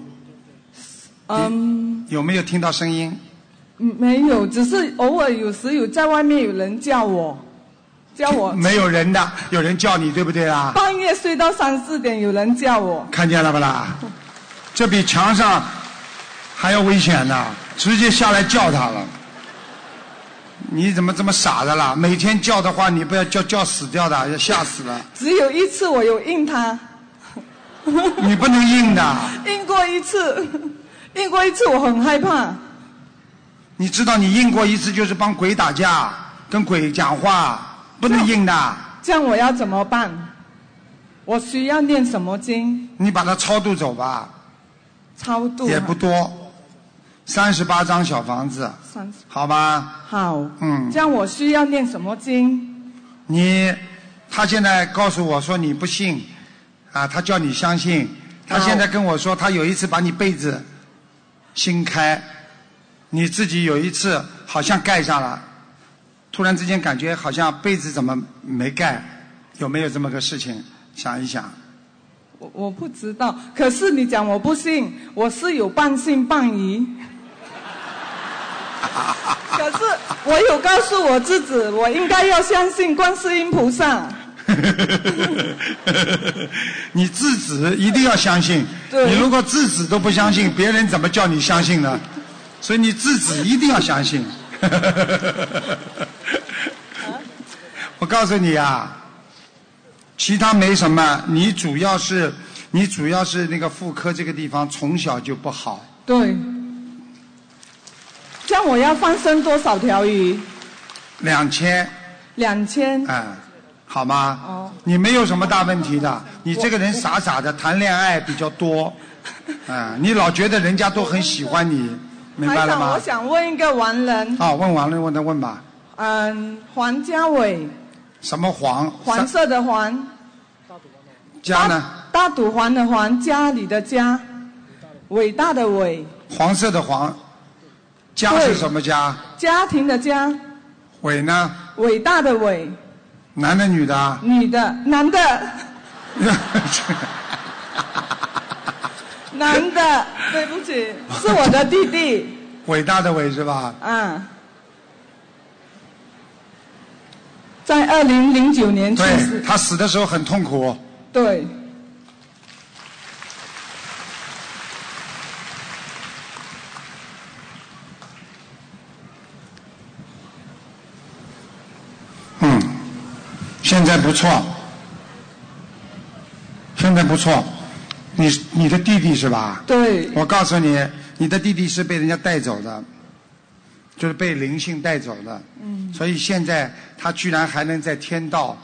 Speaker 12: 嗯，
Speaker 2: 有没有听到声音？
Speaker 12: 没有，只是偶尔有时有在外面有人叫我，叫 我
Speaker 2: 没有人的，有人叫你对不对啊？
Speaker 12: 半夜睡到三四点，有人叫我，
Speaker 2: 看见了不啦？这比墙上还要危险呢，直接下来叫他了。你怎么这么傻的啦？每天叫的话，你不要叫叫死掉的，要吓死 了。
Speaker 12: 只有一次我有应他，
Speaker 2: 你不能硬的，
Speaker 12: 应过一次， 应过一次我很害怕，
Speaker 2: 你知道你硬过一次就是帮鬼打架，跟鬼讲话，不能硬的。
Speaker 12: 这样我要怎么办？我需要念什么经
Speaker 2: 你把它超度走吧，
Speaker 12: 超度？
Speaker 2: 也不多，三十八张小房子，
Speaker 12: 三十
Speaker 2: 好吧？
Speaker 12: 好，
Speaker 2: 嗯
Speaker 12: 这，样我需要念什么经？
Speaker 2: 你他现在告诉我说你不信，啊，他叫你相信。他现在跟我说，他有一次把你被子新开，你自己有一次好像盖上了，突然之间感觉好像被子怎么没盖，有没有这么个事情？想一想，
Speaker 12: 我我不知道，可是你讲我不信，我是有半信半疑。 可是我有告诉我自己，我应该要相信观世音菩萨。
Speaker 2: 你自己一定要相信。
Speaker 12: 对
Speaker 2: 你如果自己都不相信，别人怎么叫你相信呢？所以你自己一定要相信。 我告诉你啊，其他没什么，你主要是你主要是那个妇科这个地方从小就不好，
Speaker 12: 对，这样我要放生多少条鱼？
Speaker 2: 两千，
Speaker 12: 两千。
Speaker 2: 嗯，好吗？
Speaker 12: 哦，
Speaker 2: 你没有什么大问题的，你这个人傻傻的，谈恋爱比较 多，啊、你老觉得人家都很喜欢你，明白
Speaker 12: 台
Speaker 2: 了
Speaker 12: 长，我
Speaker 2: 吗？
Speaker 12: 想问一个完人，
Speaker 2: 啊、问完了，问他问吧，
Speaker 12: 嗯，黄家伟，
Speaker 2: 什么黄
Speaker 12: 黄啊色的黄，
Speaker 2: 家呢？
Speaker 12: 大肚黄的黄，家里的家，伟大的伟，
Speaker 2: 黄色的黄，家是什么家？
Speaker 12: 家庭的家，
Speaker 2: 伟呢？
Speaker 12: 伟大的伟，
Speaker 2: 男的女的啊？
Speaker 12: 女的，男 的，男的，对不起，是我的弟弟，
Speaker 2: 伟大的伟是吧？
Speaker 12: 嗯，在二零零九年去
Speaker 2: 对
Speaker 12: 世，
Speaker 2: 他死的时候很痛苦，
Speaker 12: 对，
Speaker 2: 嗯，现在不错，现在不错。你你的弟弟是吧？
Speaker 12: 对，
Speaker 2: 我告诉你，你的弟弟是被人家带走的，就是被灵性带走的。
Speaker 12: 嗯
Speaker 2: 所以现在他居然还能在天道，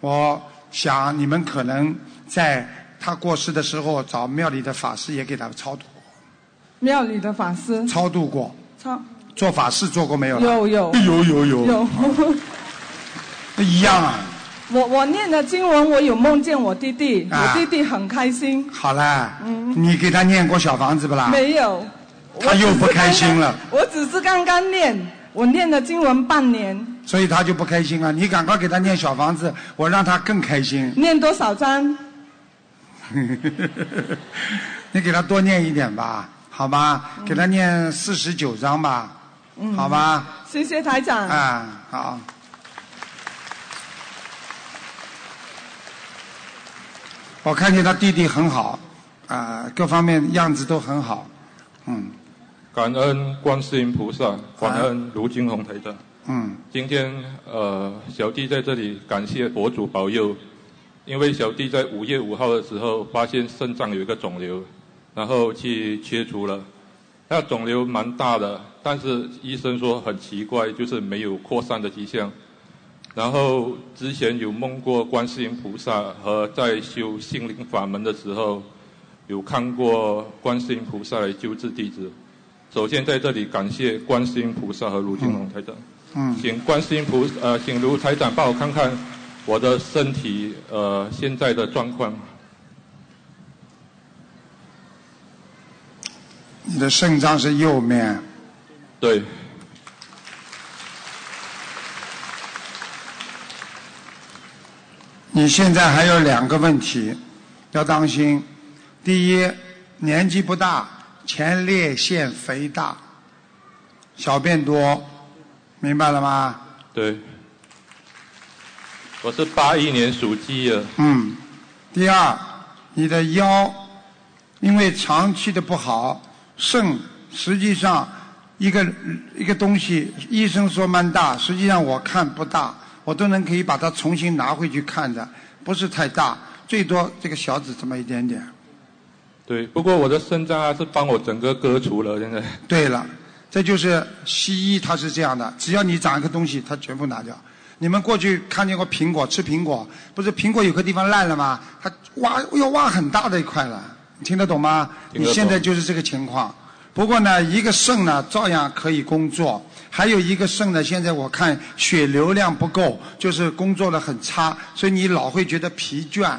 Speaker 2: 我想你们可能在他过世的时候找庙里的法师也给他超度过，
Speaker 12: 庙里的法师
Speaker 2: 超度过，
Speaker 12: 超
Speaker 2: 做法事做过没有啦？哎
Speaker 12: 有有
Speaker 2: 有有有
Speaker 12: 有，
Speaker 2: 那一样啊。
Speaker 12: 我我念的经文，我有梦见我弟弟，
Speaker 2: 啊
Speaker 12: 我弟弟很开心，
Speaker 2: 好啦，
Speaker 12: 嗯
Speaker 2: 你给他念过小房子不啦？
Speaker 12: 没有，
Speaker 2: 他又不开心了，
Speaker 12: 我只是刚刚念，我念了经文半年，
Speaker 2: 所以他就不开心啊。你赶快给他念小房子，我让他更开心。
Speaker 12: 念多少章？
Speaker 2: 你给他多念一点吧，好吧？给他念四十九章吧，
Speaker 12: 嗯，
Speaker 2: 好吧？
Speaker 12: 谢谢台长。
Speaker 2: 啊，好。我看见他弟弟很好，啊、各方面样子都很好，嗯
Speaker 13: 感恩观世音菩萨，感恩卢金红台长。
Speaker 2: 嗯，
Speaker 13: 今天呃，小弟在这里感谢佛祖保佑，因为小弟在五月五号的时候发现肾脏有一个肿瘤，然后去切除了。那肿瘤蛮大的，但是医生说很奇怪，就是没有扩散的迹象。然后之前有梦过观世音菩萨和在修心灵法门的时候，有看过观世音菩萨来救治弟子。首先在这里感谢观世音菩萨和卢金龙台长。
Speaker 2: 嗯
Speaker 13: 请观世音菩呃，请卢台长帮我看看我的身体呃现在的状况。
Speaker 2: 你的肾脏是右面，
Speaker 13: 对，
Speaker 2: 你现在还有两个问题要当心。第一，年纪不大，前列腺肥大，小便多，明白了吗？
Speaker 13: 对，我是八一年属鸡的，
Speaker 2: 嗯。第二，你的腰因为长期的不好，肾实际上一个一个东西，医生说蛮大，实际上我看不大，我都能可以把它重新拿回去看的，不是太大，最多这个小指这么一点点。
Speaker 13: 对。不过我的肾脏啊是帮我整个割除了，现在。
Speaker 2: 对了，这就是西医，它是这样的，只要你长一个东西，它全部拿掉。你们过去看见过苹果，吃苹果，不是苹果有个地方烂了吗？它挖要挖很大的一块了，你听得懂吗？
Speaker 13: 听得
Speaker 2: 你
Speaker 13: 懂
Speaker 2: 现在就是这个情况。不过呢，一个肾呢照样可以工作，还有一个肾呢，现在我看血流量不够，就是工作的很差，所以你老会觉得疲倦，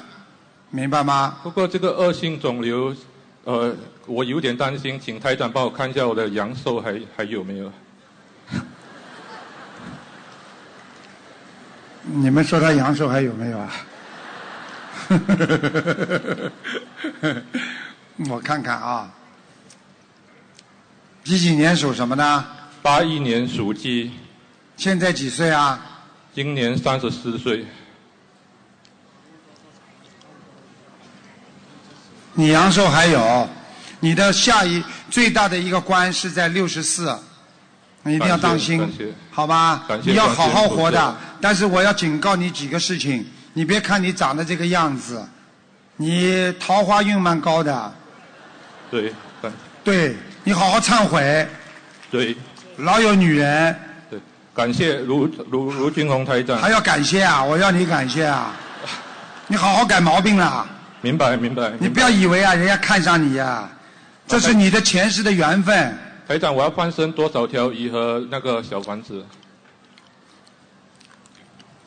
Speaker 2: 明白吗？
Speaker 13: 不过这个恶性肿瘤，呃，我有点担心，请台长帮我看一下我的阳寿还还有没有？
Speaker 2: 你们说他阳寿还有没有啊？ 我看看啊，几几年属什么呢？
Speaker 13: 八一年属鸡，
Speaker 2: 现在几岁啊？
Speaker 13: 今年三十四岁，
Speaker 2: 你阳寿还有，你的下一最大的一个官是在六十四，你一定要当心
Speaker 13: 感谢感谢，
Speaker 2: 好吧
Speaker 13: 感？谢
Speaker 2: 你要好好活
Speaker 13: 感谢
Speaker 2: 的。但是我要警告你几个事情，你别看你长得这个样子，你桃花运蛮高的，
Speaker 13: 对，感
Speaker 2: 对你好好忏悔，
Speaker 13: 对
Speaker 2: 老有女人。
Speaker 13: 对，感谢卢卢卢军红台长。
Speaker 2: 还要感谢啊！我要你感谢啊！你好好改毛病啦！
Speaker 13: 明白明白。
Speaker 2: 你不要以为啊，人家看上你呀、啊这是你的前世的缘分。
Speaker 13: 台长，我要翻身多少条鱼和那个小房子？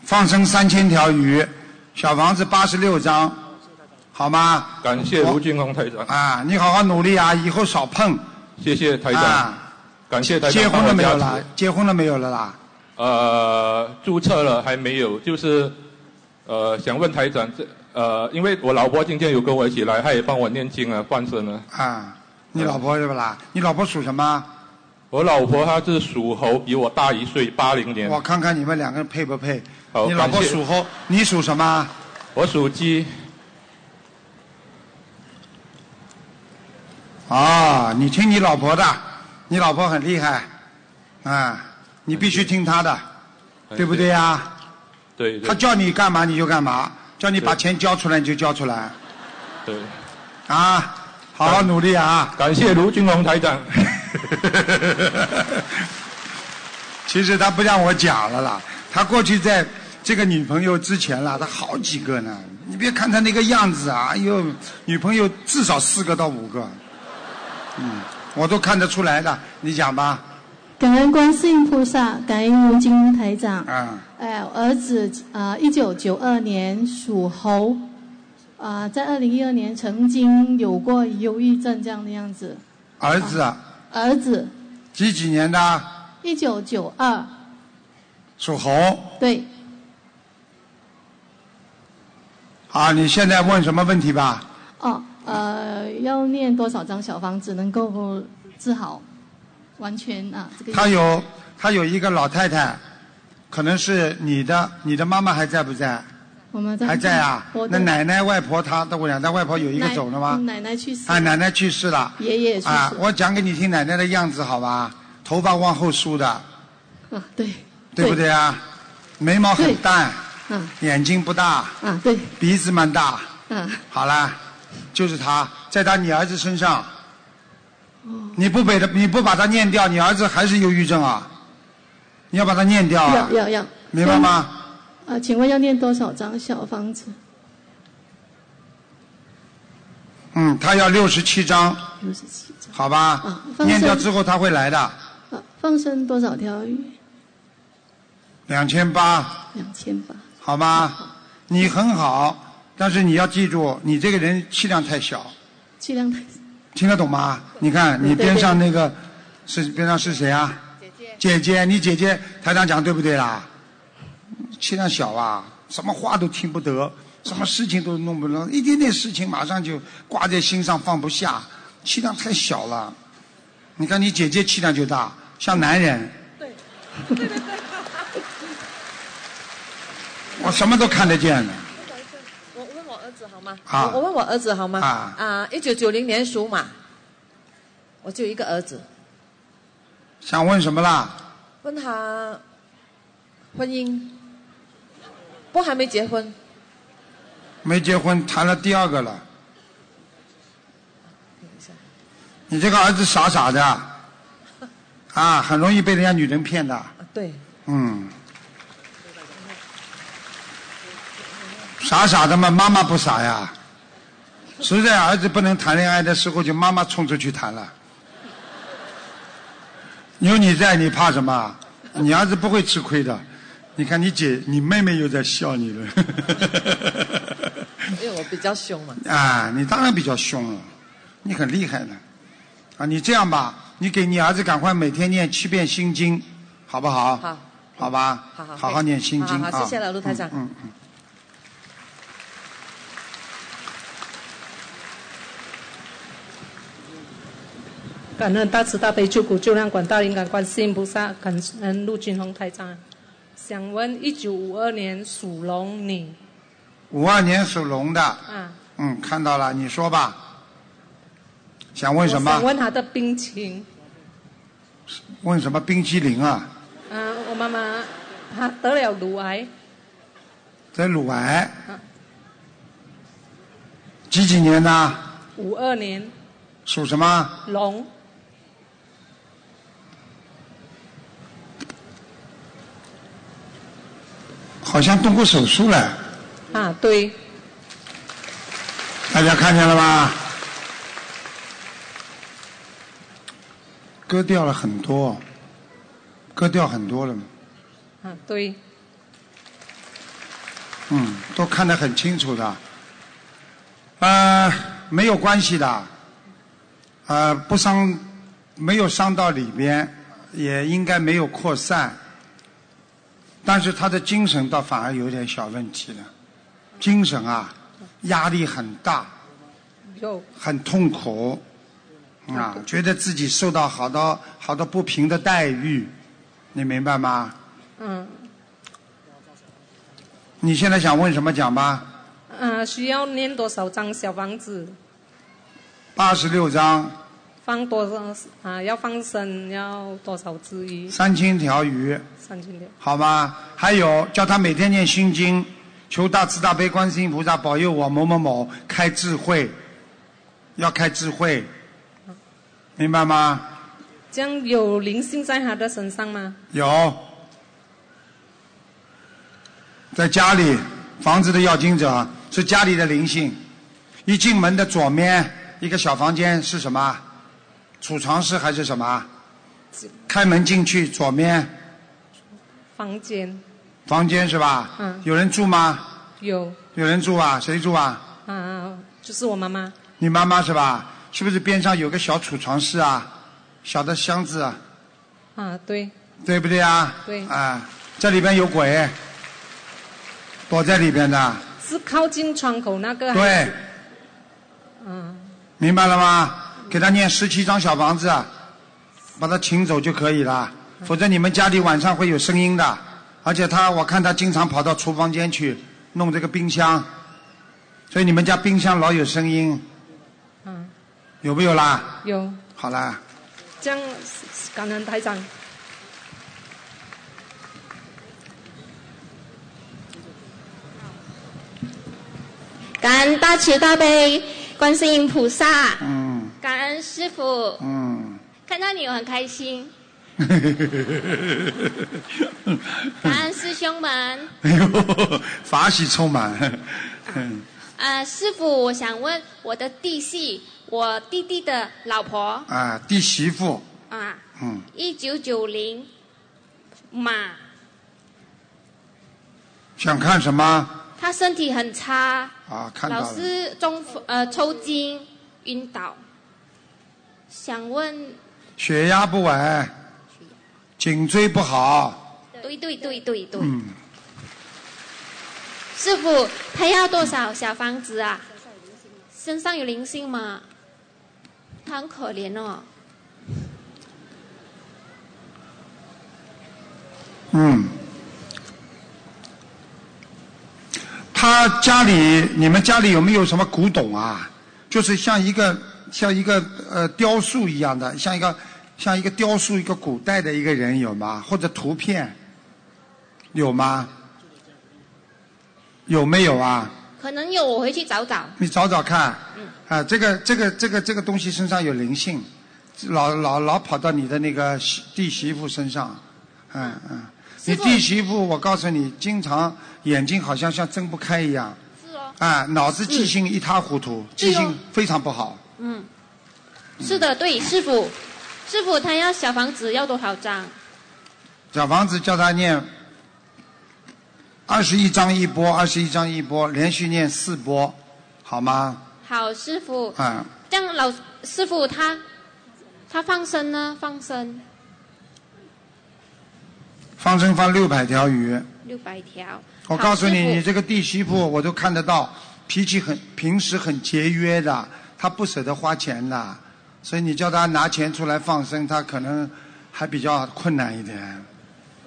Speaker 2: 放生三千条鱼，小房子八十六张，好吗？
Speaker 13: 感谢卢军红台长。
Speaker 2: 啊，你好好努力啊，以后少碰。
Speaker 13: 谢谢台长，
Speaker 2: 啊
Speaker 13: 感谢台长。
Speaker 2: 结婚了没有
Speaker 13: 帮我
Speaker 2: 啦
Speaker 13: 加持？
Speaker 2: 结婚了没有了啦？
Speaker 13: 呃，注册了还没有，就是呃，想问台长这呃，因为我老婆今天有跟我一起来，她也帮我念经啊，放生啊。
Speaker 2: 啊，你老婆是不啦？你老婆属什么？
Speaker 13: 我老婆她是属猴，比我大一岁，八零年。
Speaker 2: 我看看你们两个人配不配？
Speaker 13: 好
Speaker 2: 你老婆
Speaker 13: 感谢
Speaker 2: 属猴，你属什么？
Speaker 13: 我属鸡。
Speaker 2: 啊，你听你老婆的，你老婆很厉害，啊，你必须听她的，对不对呀、
Speaker 13: 对对
Speaker 2: 她叫你干嘛你就干嘛，叫你把
Speaker 13: 对
Speaker 2: 钱交出来你就交出来，
Speaker 13: 对，
Speaker 2: 啊，好好努力啊！
Speaker 13: 感谢卢军红台 长。
Speaker 2: 其实他不让我讲了啦，他过去在这个女朋友之前啦，她好几个呢。你别看她那个样子啊，哎呦，女朋友至少四个到五个，嗯，我都看得出来的。你讲吧，
Speaker 14: 感恩观世音菩萨，感恩卢金台长。
Speaker 2: 啊，
Speaker 14: 哎，儿子啊，一九九二年属猴，啊、在二零一二年曾经有过忧郁症这样的样子。
Speaker 2: 儿子啊，
Speaker 14: 儿子
Speaker 2: 几几年的？
Speaker 14: 一九九二，
Speaker 2: 属猴
Speaker 14: 对，
Speaker 2: 啊。你现在问什么问题吧？
Speaker 14: 哦，呃，要念多少张小房子能够治好？完全啊，这个
Speaker 2: 她有她有一个老太太，可能是你的，你的妈妈还在不在？
Speaker 14: 我们在
Speaker 2: 还在啊
Speaker 14: 我？的
Speaker 2: 那奶奶、外婆她，都我两她外婆有一个
Speaker 14: 奶
Speaker 2: 走了吗？
Speaker 14: 奶奶去世
Speaker 2: 啊，奶奶去世了。
Speaker 14: 爷爷也去世
Speaker 2: 啊，我讲给你听奶奶的样子好吧？头发往后梳的，
Speaker 14: 啊，对，
Speaker 2: 对不对啊？眉毛很淡，
Speaker 14: 嗯
Speaker 2: 眼睛不大，
Speaker 14: 嗯，对，
Speaker 2: 鼻子蛮大。
Speaker 14: 嗯，
Speaker 2: 好啦，就是他，在他你儿子身上，
Speaker 14: 哦，
Speaker 2: 你不给他，你不把他念掉，你儿子还是忧郁症啊？你要把他念掉啊
Speaker 14: 要，要要，
Speaker 2: 明白吗？
Speaker 14: 呃，请问要念多少张小房子？
Speaker 2: 嗯，他要六十七章，
Speaker 14: 六十七，啊
Speaker 2: 好吧？
Speaker 14: 放生
Speaker 2: 念掉之后他会来的，
Speaker 14: 呃，放生多少条鱼？
Speaker 2: 两千八。
Speaker 14: 两千八。
Speaker 2: 好吗？你很好，但是你要记住，你这个人气量太小，
Speaker 14: 气量太
Speaker 2: 听得懂吗？你看
Speaker 14: 对
Speaker 2: 你边上
Speaker 14: 对
Speaker 2: 那个是边上是谁啊？姐姐，你姐姐台长讲对不对啦？气量小啊，什么话都听不得，什么事情都弄不了，一点点事情马上就挂在心上放不下，气量太小了。你看你姐姐气量就大，像男人， 我什么都看得见的。
Speaker 15: 我问我儿子好吗？
Speaker 2: 啊
Speaker 15: 我我问我儿子好吗？
Speaker 2: 啊
Speaker 15: 啊，一九九零年属马，我就一个儿子，
Speaker 2: 想问什么啦？
Speaker 15: 问他婚姻，不还没结婚，
Speaker 2: 没结婚，谈了第二个了。你这个儿子傻傻的，啊，很容易被人家女人骗的。
Speaker 15: 啊对，
Speaker 2: 嗯，傻傻的嘛，妈妈不傻呀。实在儿子不能谈恋爱的时候，就妈妈冲出去谈了。有你在，你怕什么？你儿子不会吃亏的。你看你姐、你妹妹又在笑你了。
Speaker 15: 因为我比较凶嘛。
Speaker 2: 啊，你当然比较凶了，你很厉害的，啊，你这样吧，你给你儿子赶快每天念七遍心经，好不好？
Speaker 15: 好，
Speaker 2: 好吧，
Speaker 15: 好好
Speaker 2: 好念心经
Speaker 15: 好好好
Speaker 2: 啊
Speaker 15: 谢谢了卢台长
Speaker 2: 嗯嗯嗯
Speaker 16: 感恩大慈大悲救苦救难广大灵感观世音菩萨，感恩陆军宏台长。想问，一九五二年属龙女
Speaker 2: 五二年属龙的，
Speaker 16: 啊，
Speaker 2: 嗯，看到了，你说吧，想问什
Speaker 16: 我想
Speaker 2: 么？
Speaker 16: 问她的病情。
Speaker 2: 问什么冰激凌啊？
Speaker 16: 啊，我妈妈她得了乳癌，
Speaker 2: 在乳癌
Speaker 16: 啊，
Speaker 2: 几几年的？
Speaker 16: 五二年
Speaker 2: 属什么？
Speaker 16: 龙，
Speaker 2: 好像动过手术了。
Speaker 16: 啊，对，
Speaker 2: 大家看见了吧？割掉了很多，割掉很多了，
Speaker 16: 啊，对，
Speaker 2: 嗯，都看得很清楚的。呃，没有关系的，呃，不伤，没有伤到里边，也应该没有扩散。但是他的精神倒反而有点小问题了，精神啊，压力很大。
Speaker 16: 有
Speaker 2: 很痛苦，啊，觉得自己受到好多好多不平的待遇，你明白吗？
Speaker 16: 嗯，
Speaker 2: 你现在想问什么讲吧？
Speaker 16: 啊，需要念多少张小房子？
Speaker 2: 八十六章，
Speaker 16: 放多少啊？要放生要多少只鱼？
Speaker 2: 三千条鱼，
Speaker 16: 三千六。
Speaker 2: 好吗？还有叫他每天念心经，求大慈大悲观世音菩萨保佑我某某某开智慧，要开智慧，明白吗？
Speaker 16: 这样有灵性在她的身上吗？
Speaker 2: 有，在家里房子的要经者是家里的灵性。一进门的左面一个小房间是什么？储藏室还是什么？开门进去左面
Speaker 16: 房间
Speaker 2: 房间是吧？
Speaker 16: 嗯
Speaker 2: 有人住吗？
Speaker 16: 有
Speaker 2: 有人住啊？谁住啊？
Speaker 16: 啊，就是我妈妈
Speaker 2: 你妈妈是吧？是不是边上有个小储藏室啊？小的箱子啊，
Speaker 16: 啊，对
Speaker 2: 对不对啊？
Speaker 16: 对，
Speaker 2: 啊，这里边有鬼，躲在里边的，
Speaker 16: 是靠近窗口那个还
Speaker 2: 对
Speaker 16: 是，，嗯，
Speaker 2: 明白了吗？给他念十七张小房子，啊把他请走就可以了，否则你们家里晚上会有声音的。而且他，我看他经常跑到厨房间去弄这个冰箱，所以你们家冰箱老有声音，
Speaker 16: 嗯，
Speaker 2: 有没有啦？
Speaker 16: 有
Speaker 2: 好啦，
Speaker 16: 这样感恩台长。
Speaker 17: 感恩大慈大悲观世音菩萨，
Speaker 2: 嗯
Speaker 17: 感恩师傅，
Speaker 2: 嗯。
Speaker 17: 看到你我很开心， 感
Speaker 2: 哎
Speaker 17: 恩师兄们。
Speaker 2: 呦，法喜充满。 嗯
Speaker 17: 啊，师傅，我想问我的弟媳，我弟弟的老婆
Speaker 2: 啊，弟媳妇，
Speaker 17: 啊，
Speaker 2: 嗯，
Speaker 17: 一九九零马，
Speaker 2: 想看什么
Speaker 17: 她身体很差，
Speaker 2: 啊？看到
Speaker 17: 老
Speaker 2: 了，
Speaker 17: 是中风呃抽筋晕倒，想问，
Speaker 2: 血压不稳，颈椎不好，
Speaker 17: 对对对对对，
Speaker 2: 嗯，
Speaker 17: 师傅，他要多少小房子啊？身上有灵性吗？他很可怜哦。
Speaker 2: 嗯，他家里，你们家里有没有什么古董啊？就是像一个像一个呃雕塑一样的，像一个像一个雕塑，一个古代的一个人有吗？或者图片有吗？有没有啊？
Speaker 17: 可能有，我回去找找。
Speaker 2: 你找找看
Speaker 17: 嗯，
Speaker 2: 啊，这个这个这个这个东西身上有灵性，老老老跑到你的那个媳弟媳妇身上，嗯嗯，你弟媳妇，我告诉你，经常眼睛好像像睁不开一样，
Speaker 17: 是哦。
Speaker 2: 啊，脑子记性一塌糊涂，记性非常不好，
Speaker 17: 嗯，是的，对，师傅，师傅他要小房子要多少张？
Speaker 2: 小房子叫他念二十一章一波，二十一章一波，连续念四波，好吗？
Speaker 17: 好，师傅，
Speaker 2: 啊，
Speaker 17: 这样老师傅他他放生呢？放生
Speaker 2: 放生放六百条鱼，
Speaker 17: 六百条。
Speaker 2: 我
Speaker 17: 好
Speaker 2: 告诉你，
Speaker 17: 师傅
Speaker 2: 你这个弟媳妇我都看得到，脾气很平时很节约的，她不舍得花钱的，所以你叫她拿钱出来放生，她可能还比较困难一点。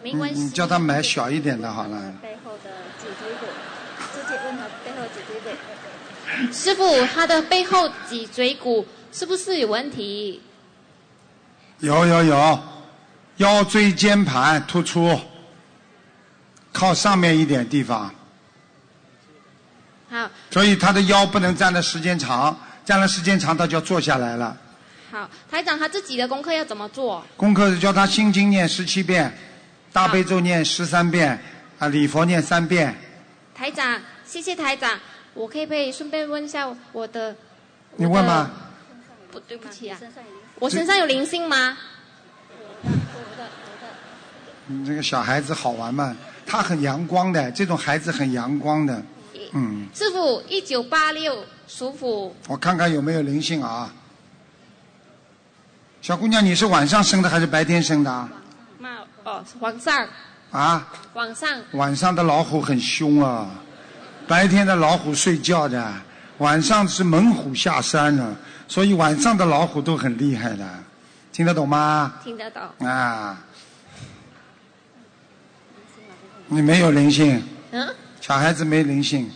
Speaker 17: 没
Speaker 2: 你
Speaker 17: 关系。
Speaker 2: 你嗯叫她买小一点的好了。
Speaker 17: 背后的脊椎骨，直接问他背后脊椎骨。师傅，他的背后脊椎骨是不是有问题？
Speaker 2: 有有有，腰椎间盘突出，靠上面一点地方，
Speaker 17: 好，
Speaker 2: 所以她的腰不能站的时间长，站了时间长她就要坐下来了。
Speaker 17: 好，台长他自己的功课要怎么做？
Speaker 2: 功课是教他心经念十七遍，大悲咒念十三遍，啊，礼佛念三遍。
Speaker 17: 台长，谢谢台长，我可以不可以顺便问一下我的？
Speaker 2: 你问吧，
Speaker 17: 不对不起啊，我身上有灵性吗？
Speaker 2: 嗯你这个小孩子好玩吗？他很阳光的，这种孩子很阳光的。嗯，
Speaker 17: 师傅，一九八六属虎，
Speaker 2: 我看看有没有灵性啊。小姑娘，你是晚上生的还是白天生的啊？
Speaker 17: 嘛哦，往上，
Speaker 2: 啊，
Speaker 17: 往上，
Speaker 2: 晚上的老虎很凶啊，白天的老虎睡觉的，晚上是猛虎下山啊，所以晚上的老虎都很厉害的，听得懂吗？
Speaker 17: 听得懂？
Speaker 2: 啊，你没有灵性，
Speaker 17: 嗯，
Speaker 2: 小孩子没灵性，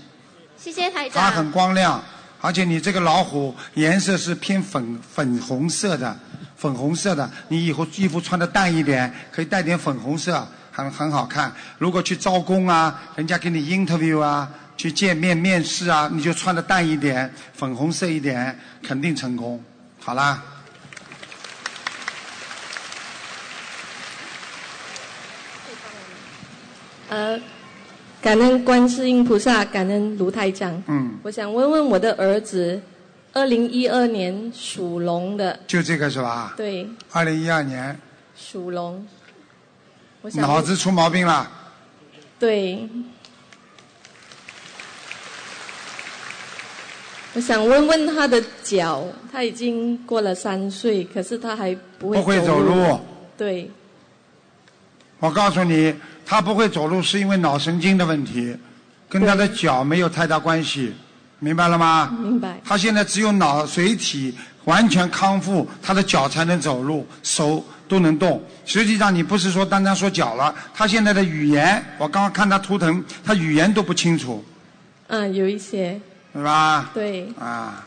Speaker 17: 谢谢
Speaker 9: 啊
Speaker 17: 台
Speaker 2: 它
Speaker 17: 长。
Speaker 2: 很光亮，而且你这个老虎颜色是偏粉粉红色的，粉红色的，你以后衣服穿的淡一点，可以带点粉红色，很很好看。如果去招工啊，人家给你 interview 啊，去见面面试啊，你就穿的淡一点，粉红色一点，肯定成功。好啦，
Speaker 16: 呃，
Speaker 9: 感恩观世音菩萨，感恩卢台长。
Speaker 2: 嗯，
Speaker 9: 我想问问我的儿子，二零一二年属龙的，
Speaker 2: 就这个是吧？
Speaker 9: 对，
Speaker 2: 二零一二年，
Speaker 9: 属龙。我想
Speaker 2: 脑子出毛病了，
Speaker 9: 对。我想问问他的脚，他已经过了三岁，可是他还不会
Speaker 2: 不会走路。
Speaker 9: 对，
Speaker 2: 我告诉你，他不会走路是因为脑神经的问题，跟他的脚没有太大关系，明白了吗？
Speaker 9: 明白。
Speaker 2: 他现在只有脑髓体完全康复，他的脚才能走路，手都能动。实际上，你不是说单单说脚了，他现在的语言，我刚刚看他图腾，他语言都不清楚，
Speaker 9: 嗯，有一些，
Speaker 2: 是吧？
Speaker 9: 对，
Speaker 2: 啊。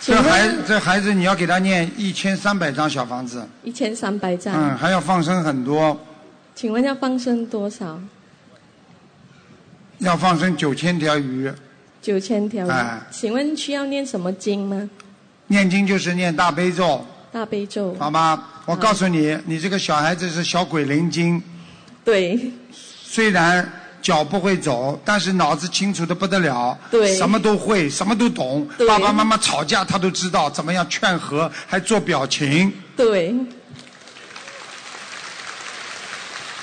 Speaker 9: 请
Speaker 2: 这
Speaker 9: 问
Speaker 2: 孩这孩子，你要给他念一千三百张小房子，
Speaker 9: 一千三百张。
Speaker 2: 嗯，还要放生很多，
Speaker 9: 请问要放生多少？
Speaker 2: 要放生九千条鱼。
Speaker 9: 九千条鱼。
Speaker 2: 哎
Speaker 9: 请问需要念什么经吗？
Speaker 2: 念经就是念大悲咒，
Speaker 9: 大悲咒。
Speaker 2: 好吗？我告诉你，你这个小孩子是小鬼灵精，
Speaker 9: 对，
Speaker 2: 虽然脚不会走，但是脑子清楚的不得了，
Speaker 9: 对
Speaker 2: 什么都会，什么都懂。
Speaker 9: 对
Speaker 2: 爸爸妈妈吵架他都知道怎么样劝和，还做表情。
Speaker 9: 对，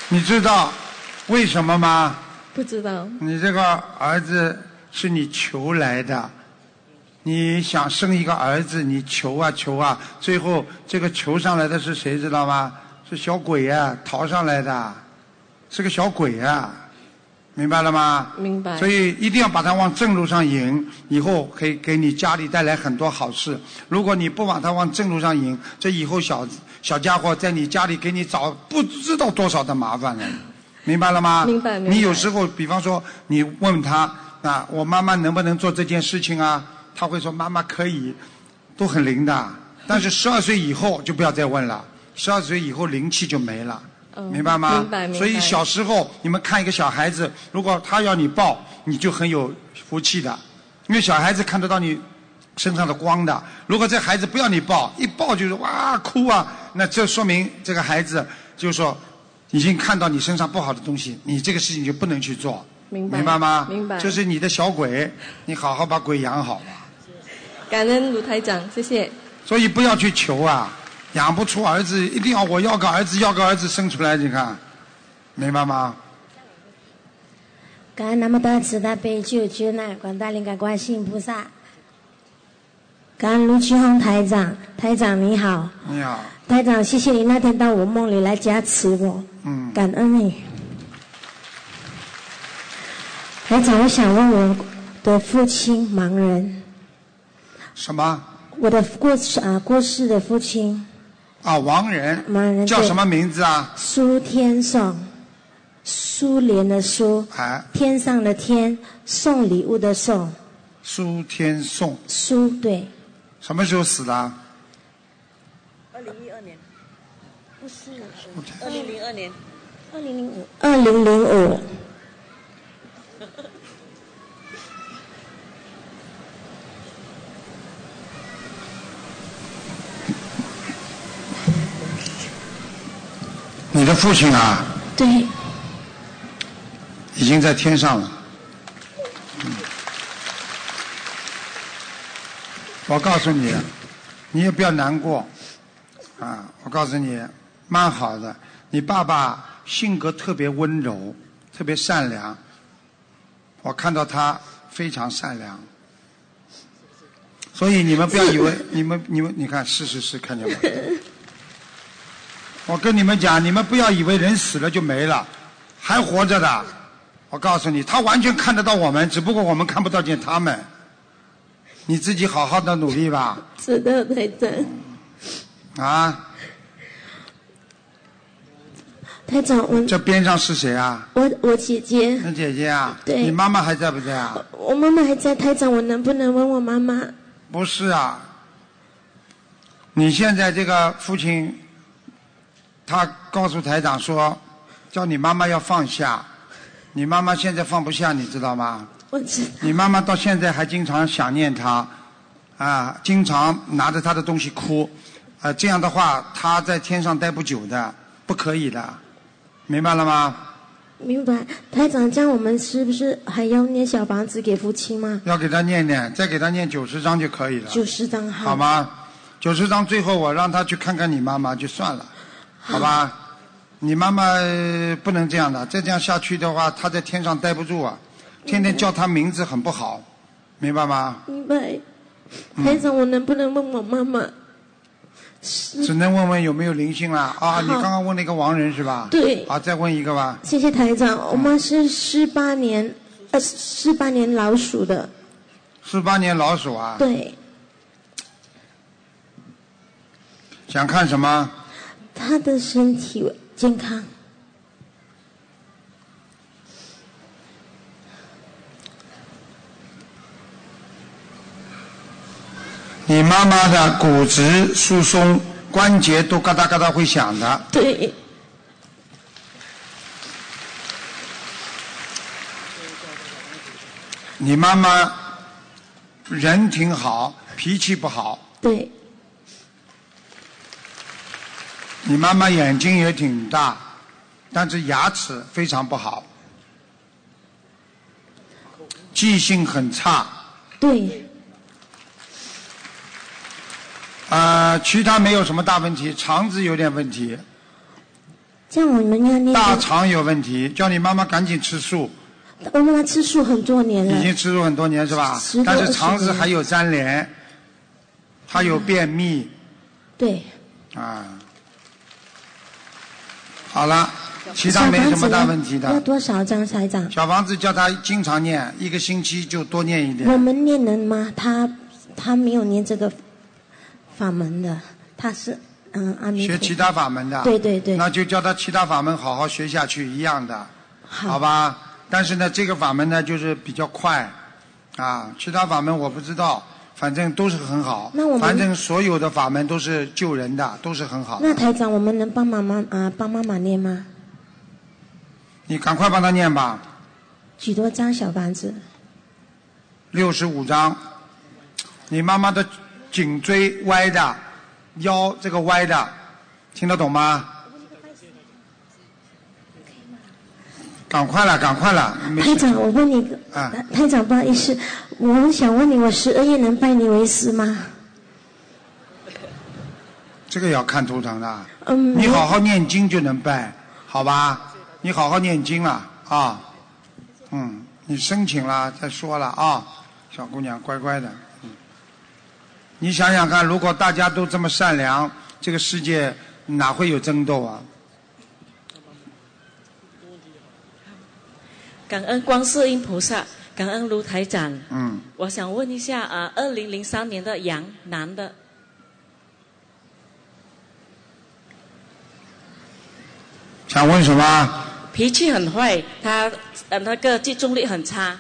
Speaker 2: 你知道为什么吗？
Speaker 9: 不知道。
Speaker 2: 你这个儿子是你求来的，你想生一个儿子，你求啊求啊，最后这个求上来的是谁知道吗？是小鬼呀、逃上来的，是个小鬼呀、明白了吗？
Speaker 9: 明白。
Speaker 2: 所以一定要把它往正路上引，以后可以给你家里带来很多好事。如果你不把它往正路上引，这以后小小家伙在你家里给你找不知道多少的麻烦了，明白了吗？
Speaker 9: 明白明白
Speaker 2: 你有时候，比方说，你问他啊，我妈妈能不能做这件事情啊？他会说妈妈可以，都很灵的。但是十二岁以后就不要再问了，十二岁以后灵气就没了。
Speaker 9: 嗯
Speaker 2: 明白吗？
Speaker 9: 明白，明白。
Speaker 2: 所以小时候你们看一个小孩子，如果他要你抱，你就很有福气的，因为小孩子看得到你身上的光的。如果这孩子不要你抱，一抱就是哇哭啊，那这说明这个孩子就是说已经看到你身上不好的东西，你这个事情就不能去做，
Speaker 9: 明白。
Speaker 2: 明白吗？
Speaker 9: 明白。
Speaker 2: 这是你的小鬼，你好好把鬼养好吧。
Speaker 9: 感恩卢台长，谢谢。
Speaker 2: 所以不要去求啊，养不出儿子，一定要我要个儿子，要个儿子生出来，你看，明白吗？
Speaker 8: 感恩南无大慈大悲救救难广大灵感观世音菩萨，感恩卢奇红台长，台长你好，
Speaker 2: 你好，
Speaker 8: 台长谢谢你那天到我梦里来加持我，
Speaker 2: 嗯，
Speaker 8: 感恩你。台长，我想问我的父亲盲人，
Speaker 2: 什么
Speaker 8: 我的过世啊过世的父亲
Speaker 2: 啊？王人，
Speaker 8: 盲人
Speaker 2: 叫
Speaker 8: 对
Speaker 2: 什么名字啊？
Speaker 8: 苏天颂，苏联的苏，
Speaker 2: 哎，
Speaker 8: 天上的天，送礼物的送，
Speaker 2: 苏天颂，
Speaker 8: 苏对。
Speaker 2: 什么时候死的？
Speaker 6: 二零一二年，不是，二零零二年，二零零五，
Speaker 8: 二零零五，
Speaker 2: 你的父亲啊，
Speaker 8: 对，
Speaker 2: 已经在天上了。嗯我告诉你，啊你也不要难过，啊，我告诉你，蛮好的。你爸爸性格特别温柔，特别善良，我看到他非常善良。所以你们不要以为你们你们你看是是是，看见吗？ 我跟你们讲，你们不要以为人死了就没了，还活着的。我告诉你，他完全看得到我们，只不过我们看不到见他们。你自己好好的努力吧，
Speaker 9: 知道台长，
Speaker 2: 啊！
Speaker 8: 台长，我
Speaker 2: 这边上是谁啊？
Speaker 8: 我我姐姐，
Speaker 2: 那姐姐啊？
Speaker 8: 对
Speaker 2: 你妈妈还在不在啊？
Speaker 8: 我妈妈还在，台长，我能不能问我妈妈？
Speaker 2: 不是啊，你现在这个父亲，他告诉台长说，叫你妈妈要放下，你妈妈现在放不下，你知道吗？
Speaker 8: 我知道，
Speaker 2: 你妈妈到现在还经常想念他，啊，经常拿着他的东西哭，啊，这样的话他在天上待不久的，不可以的，明白了吗？
Speaker 8: 明白，台长，这样我们是不是还要念小房子给夫妻吗？
Speaker 2: 要给他念念，再给他念九十章就可以了，
Speaker 8: 九十张好。
Speaker 2: 好？吗？九十章最后我让他去看看你妈妈就算了，好吧？你妈妈呃不能这样的，再这样下去的话，她在天上待不住啊，天天叫她名字很不好，明白吗？
Speaker 8: 明白。
Speaker 2: 嗯
Speaker 8: 台长，我能不能问我妈妈？
Speaker 2: 只能问问有没有灵性啦。啊，你刚刚问了一个亡人是吧？
Speaker 8: 对
Speaker 2: 啊，再问一个吧。
Speaker 8: 谢谢台
Speaker 2: 啊
Speaker 8: 长，我妈是四八年，呃，四八年老鼠的，
Speaker 2: 四八年老鼠啊。。
Speaker 8: 对。
Speaker 2: 想看什么？
Speaker 8: 他的身体健康，
Speaker 2: 你妈妈的骨质疏松，关节都嘎哒嘎哒会响的。
Speaker 8: 对。
Speaker 2: 你妈妈人挺好，脾气不好。
Speaker 8: 对。
Speaker 2: 你妈妈眼睛也挺大，但是牙齿非常不好，记性很差。
Speaker 8: 对。
Speaker 2: 呃，其他没有什么大问题，肠子有点问题，
Speaker 8: 这样我们要念。
Speaker 2: 大肠有问题，叫你妈妈赶紧吃素，
Speaker 8: 我妈妈吃素很多年
Speaker 2: 已
Speaker 8: 了，
Speaker 2: 经吃素很多年是吧
Speaker 8: 十？多
Speaker 2: 但
Speaker 8: 二
Speaker 2: 是
Speaker 8: 十
Speaker 2: 肠子
Speaker 8: 年
Speaker 2: 还有粘连，她有便秘
Speaker 8: 对，
Speaker 2: 啊。好了，其他没什么大问题
Speaker 8: 小房子呢要
Speaker 2: 的。
Speaker 8: 多少张台长？
Speaker 2: 小房子叫她经常念，一个星期就多念一
Speaker 8: 我
Speaker 2: 点。
Speaker 8: 们念能吗？他他没有念这个法门的，他是嗯阿弥陀
Speaker 2: 学。其他法门的，
Speaker 8: 对对对
Speaker 2: 那就叫他其他法门好好学下去，一样的，好吧？但是呢，这个法门呢，就是比较快，啊，其他法门我不知道，反正都是很好。
Speaker 8: 那我们
Speaker 2: 反正所有的法门都是救人的，都是很好的。
Speaker 8: 那台长，我们能帮妈妈啊、帮妈妈念吗？
Speaker 2: 你赶快帮他念吧，
Speaker 8: 许多张小房子，
Speaker 2: 六十五章。你妈妈的颈椎歪的，腰这个歪的，听得懂吗？赶快了，赶快了，没
Speaker 8: 台长，我问你一个，
Speaker 2: 啊。
Speaker 8: 台长不好意思，我想问你，我十二月能拜你为师吗？
Speaker 2: 这个要看图腾的。
Speaker 8: 嗯
Speaker 2: 你好好念经就能拜，好吧？你好好念经了啊，嗯，你申请了再说了啊，小姑娘乖乖的，嗯。你想想看，如果大家都这么善良，这个世界哪会有争斗啊？
Speaker 18: 感恩观世音菩萨，感恩卢台长。
Speaker 2: 嗯，
Speaker 18: 我想问一下啊，二零零三年的羊男的，
Speaker 2: 想问什么？
Speaker 18: 脾气很坏，他呃那个集中力很差，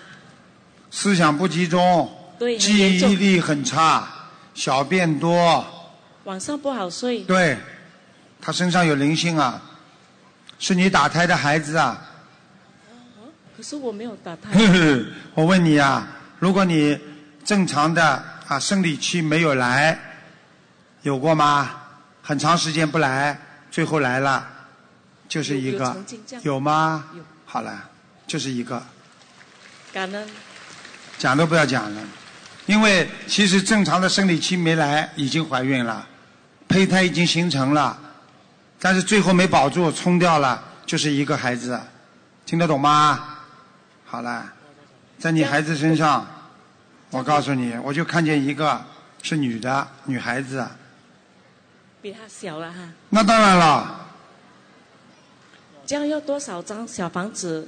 Speaker 2: 思想不集中，
Speaker 18: 对，很
Speaker 2: 记
Speaker 18: 严
Speaker 2: 忆
Speaker 18: 重，
Speaker 2: 力很差，小便多，
Speaker 18: 晚上不好睡。
Speaker 2: 对，他身上有灵性啊，是你打胎的孩子啊。
Speaker 18: 可是我没有打胎。
Speaker 2: 呵呵，我问你啊，如果你正常的啊生理期没有来，有过吗？很长时间不来，最后来了，就是一
Speaker 18: 有
Speaker 2: 个
Speaker 18: 曾经这样
Speaker 2: 有吗？好了，就是一个，
Speaker 18: 感恩
Speaker 2: 讲都不要讲了，因为其实正常的生理期没来，已经怀孕了，胚胎已经形成了，但是最后没保住，冲掉了，就是一个孩子，啊听得懂吗？好了，在你孩子身上，我告诉你，我就看见一个是女的女孩子，啊
Speaker 18: 比他小了哈。
Speaker 2: 那当然了，
Speaker 18: 这样要多少张小房子？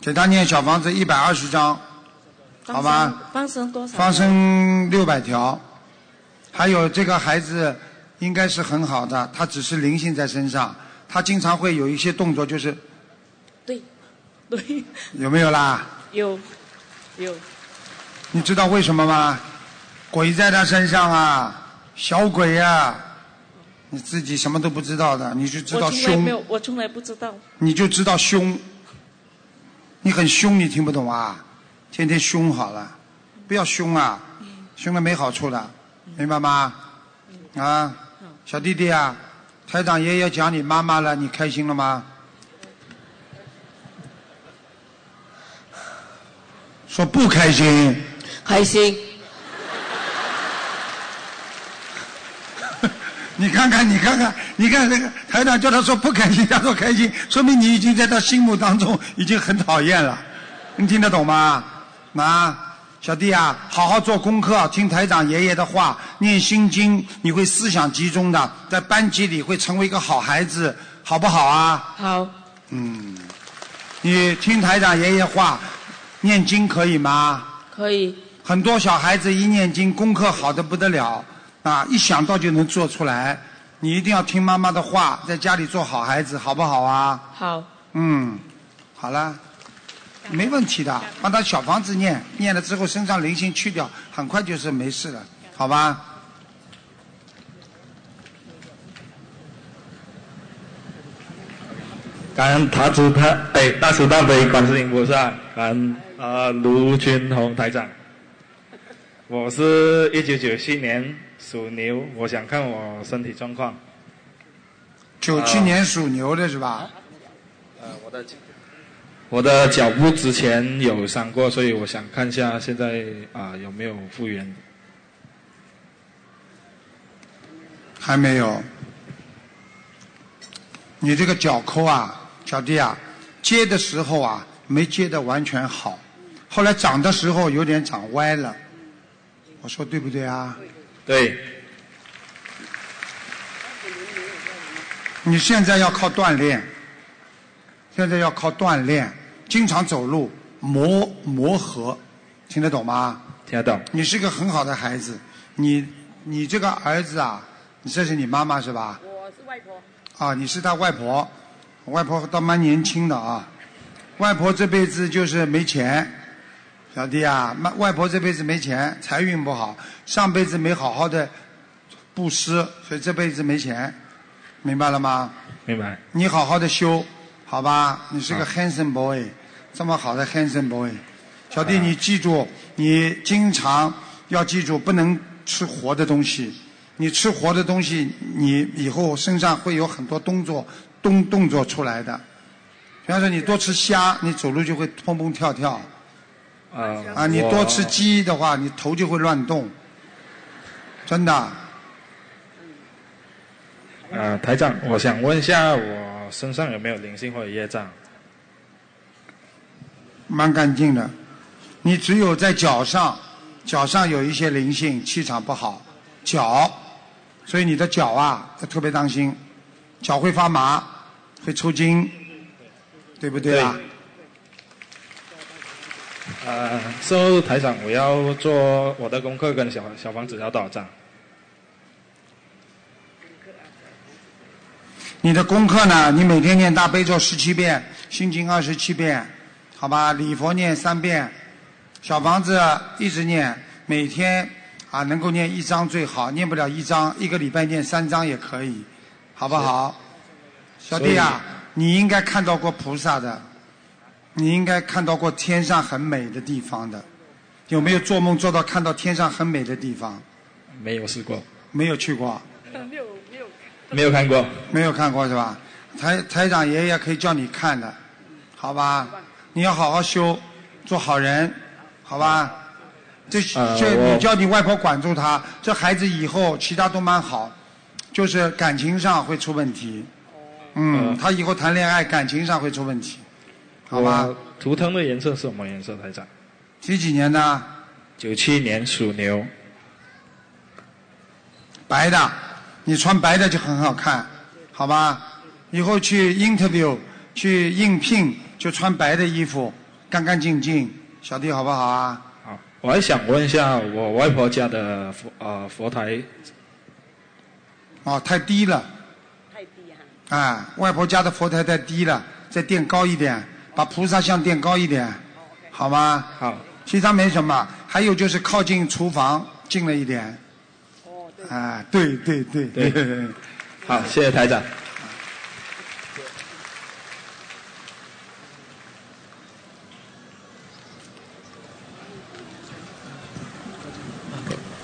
Speaker 2: 给她念小房子一百二十张，
Speaker 18: 放
Speaker 2: 好吧
Speaker 18: 生？放生多少？
Speaker 2: 放。生六百条，还有这个孩子应该是很好的，他只是灵性在身上，他经常会有一些动作，就是
Speaker 18: 对， 对，
Speaker 2: 有没有啦？
Speaker 18: 有，有，
Speaker 2: 你知道为什么吗？鬼在他身上啊，小鬼啊，你自己什么都不知道的，你就知道
Speaker 18: 我从来没
Speaker 2: 凶，
Speaker 18: 有，我从来不知道。
Speaker 2: 你就知道凶，你很凶，你听不懂啊？天天凶好了，不要凶啊，凶了没好处的，明白吗？啊，小弟弟啊，台长爷爷讲你妈妈了，你开心了吗？说不开心，
Speaker 15: 开心。
Speaker 2: 你看看，你看看，你看那个台长叫他说不开心，他说开心，说明你已经在他心目当中已经很讨厌了。你听得懂吗？妈，小弟啊，好好做功课，听台长爷爷的话，念心经，你会思想集中的，在班级里会成为一个好孩子，好不好啊？
Speaker 15: 好，
Speaker 2: 嗯，你听台长爷爷话，念经可以吗？
Speaker 15: 可以，
Speaker 2: 很多小孩子一念经，功课好的不得了啊，一想到就能做出来。你一定要听妈妈的话，在家里做好孩子，好不好啊？
Speaker 15: 好，
Speaker 2: 嗯，好了，没问题的，帮他小房子念，念了之后身上灵性去掉，很快就是没事了，好吧？
Speaker 19: 感恩塔主他哎大慈大悲观世音菩萨，感恩啊、呃卢军宏台长。我是一九九七年属牛，我想看我身体状况。啊
Speaker 2: 九七年属牛的是吧？
Speaker 19: 呃，我的我的脚部之前有伤过，所以我想看一下现在啊、有没有复原。
Speaker 2: 还没有。你这个脚抠啊，小弟啊，接的时候啊没接的完全好，后来长的时候有点长歪了。我说对不对啊？
Speaker 19: 对，
Speaker 2: 你现在要靠锻炼，现在要靠锻炼，经常走路，磨磨合，听得懂吗？
Speaker 19: 听得懂。
Speaker 2: 你是个很好的孩子，你你这个儿子啊，你这是你妈妈是吧？
Speaker 6: 我是外婆。
Speaker 2: 啊，你是他外婆，外婆倒蛮年轻的啊。外婆这辈子就是没钱，小弟啊，妈外婆这辈子没钱，财运不好，上辈子没好好的布施，所以这辈子没钱，明白了吗？
Speaker 19: 明白。
Speaker 2: 你好好的修，好吧？你是个
Speaker 19: 好
Speaker 2: handsome boy，这么好的 handsome boy，小
Speaker 19: 啊
Speaker 2: 弟你记住，你经常要记住，不能吃活的东西。你吃活的东西，你以后身上会有很多动作动动作出来的。比方说，你多吃虾，你走路就会蹦蹦跳跳
Speaker 19: 啊、
Speaker 2: 啊；你
Speaker 19: 我
Speaker 2: 多吃鸡的话，你头就会乱动。真的，
Speaker 19: 啊、台长，我想问一下，我身上有没有灵性或者业障？
Speaker 2: 蛮干净的。你只有在脚上，脚上有一些灵性，气场不好，脚，所以你的脚啊，要特别当心，脚会发麻，会抽筋，对不对啊？
Speaker 19: 啊，so 台长，我要做我的功课跟小小房子要多少张？
Speaker 2: 你的功课呢？你每天念大悲咒十七遍，心经二十七遍，好吧？礼佛念三遍，小房子一直念，每天啊能够念一章最好，念不了一章，一个礼拜念三章也可以，好不好？小弟啊，你应该看到过菩萨的，你应该看到过天上很美的地方的，有没有做梦做到看到天上很美的地方？
Speaker 19: 没有试过，
Speaker 2: 没有去过。
Speaker 6: 没有没有。
Speaker 19: 没有看过。
Speaker 2: 没有看过是吧？台台长爷爷可以叫你看的，好吧？你要好好修，做好人，好吧？这
Speaker 19: 呃
Speaker 2: 这
Speaker 19: 我
Speaker 2: 你叫你外婆管住他，这孩子以后其他都蛮好，就是感情上会出问题。嗯，
Speaker 19: 呃
Speaker 2: 他以后谈恋爱感情上会出问题，好吧？
Speaker 19: 我图腾的颜色是什么颜色？台长，
Speaker 2: 几几年的？
Speaker 19: 九七年属牛，
Speaker 2: 白的，你穿白的就很好看，好吧？以后去 interview 去应聘就穿白的衣服，干干净净，小弟好不好啊？
Speaker 19: 我还想问一下，我外婆家的佛呃佛台
Speaker 2: 哦，太低了。太低啊！啊，外婆家的佛台太低了，再垫高一点，把菩萨像垫高一点，好吗？
Speaker 19: 好。
Speaker 2: 其他没什么，还有就是靠近厨房近了一点。哦，对。啊，对对对。
Speaker 19: 对。好，谢谢台长。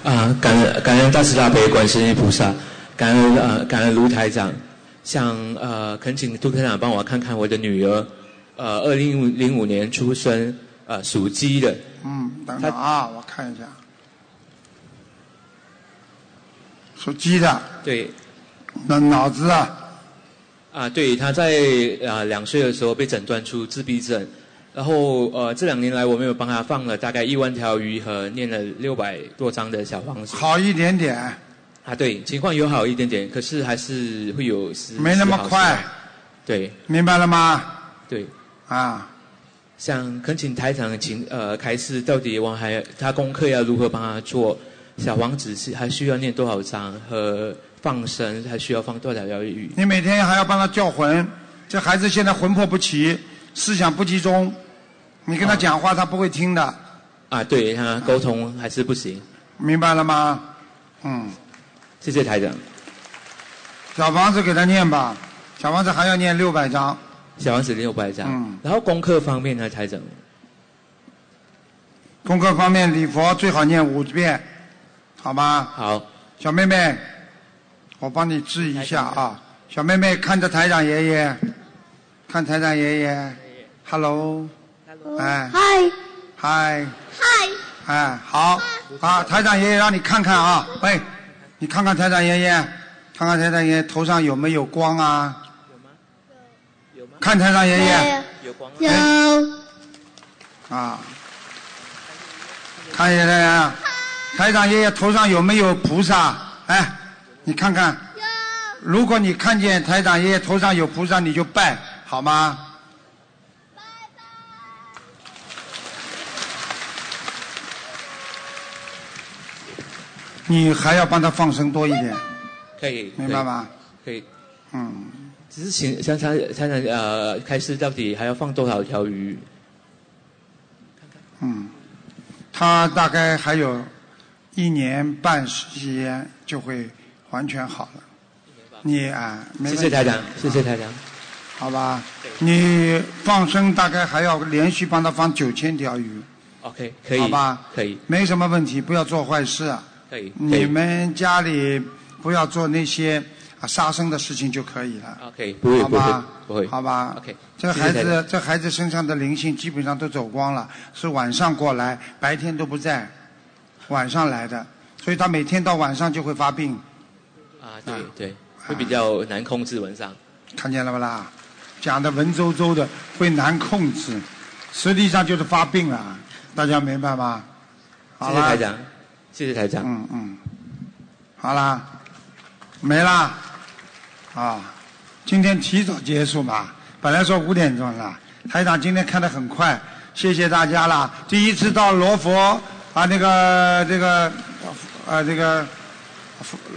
Speaker 20: 啊，感恩感恩大慈大悲观世音菩萨，感恩呃感恩卢台长，想呃恳请卢台长帮我看看我的女儿，呃，二零零五年出生，呃属鸡的，
Speaker 2: 嗯，等等啊，我看一下，属鸡的，
Speaker 20: 对，
Speaker 2: 那脑子啊，
Speaker 20: 啊，对，他在啊、两岁的时候被诊断出自闭症，然后呃这两年来我们有帮他放了大概一万条鱼和念了六百多张的小黄书
Speaker 2: 好一点点，
Speaker 20: 啊，对，情况有好一点点，可是还是会有时
Speaker 2: 没那么，
Speaker 20: 时好
Speaker 2: 快
Speaker 20: 时坏对
Speaker 2: 明白了吗？
Speaker 20: 对，
Speaker 2: 啊，
Speaker 20: 想恳请台长请呃开示，到底王还他功课要如何帮他做？小王子是还需要念多少章和放生还需要放多少条鱼？
Speaker 2: 你每天还要帮他叫魂，这孩子现在魂魄不齐，思想不集中，你跟他讲话他不会听的，
Speaker 20: 啊，对他沟通还是不行。
Speaker 2: 明白了吗？嗯，
Speaker 20: 谢谢台长。
Speaker 2: 小房子给他念吧，小房子还要念六百章，
Speaker 20: 小王子六百章，
Speaker 2: 嗯
Speaker 20: 然后功课方面呢，台长
Speaker 2: 功课方面礼佛最好念五遍，好吗？
Speaker 20: 好，
Speaker 2: 小妹妹，我帮你治一下啊。小妹妹看着台长爷爷，看台长爷爷，Hello，哎，
Speaker 8: 嗨，
Speaker 2: 嗨，嗨，哎，好，啊，台长爷爷让你看看啊，喂，你看看台长爷爷，看看台长爷爷头上有没有光啊？有吗？看台长爷爷，
Speaker 20: 有光
Speaker 8: 有
Speaker 2: 啊，看爷爷啊，台长爷爷头上有没有菩萨？哎，你看看。如果你看见台长爷爷头上有菩萨，你就拜，好吗？你还要帮他放生多一点，
Speaker 20: 可以，
Speaker 2: 明白吗？
Speaker 20: 可以，
Speaker 2: 嗯，
Speaker 20: 只是请想想想想呃，开示到底还要放多少条鱼？
Speaker 2: 嗯，他大概还有一年半时间就会完全好了。你啊，没
Speaker 20: 谢
Speaker 2: 问题
Speaker 20: 谢台长，谢谢台长。
Speaker 2: 好吧？你放生大概还要连续帮他放九千条鱼，
Speaker 20: OK，可以，
Speaker 2: 好吧？
Speaker 20: 可以，
Speaker 2: 没什么问题，不要做坏事啊。
Speaker 20: 可以，可
Speaker 2: 你
Speaker 20: 以，
Speaker 2: 们家里不要做那些啊杀生的事情就可以了。
Speaker 20: 可以，不会，
Speaker 2: 好
Speaker 20: 不会
Speaker 2: 吧，
Speaker 20: 不会。
Speaker 2: 好吧
Speaker 20: ，OK，
Speaker 2: 这
Speaker 20: 谢
Speaker 2: 孩
Speaker 20: 谢台
Speaker 2: 子
Speaker 20: 长，
Speaker 2: 这孩子身上的灵性基本上都走光了，是晚上过来，白天都不在，晚上来的，所以他每天到晚上就会发病，
Speaker 20: 啊，对对，会比较难控制晚上。
Speaker 2: 看见了不啦？讲的文绉绉的，会难控制，实际上就是发病了，大家明白吗？好
Speaker 20: 谢
Speaker 2: 了
Speaker 20: 谢台长，谢谢台长。
Speaker 2: 嗯嗯，好啦，没啦，啊，今天提早结束嘛，本来说五点钟啦，台长今天看得很快，谢谢大家啦。第一次到罗佛啊，那个这个呃这个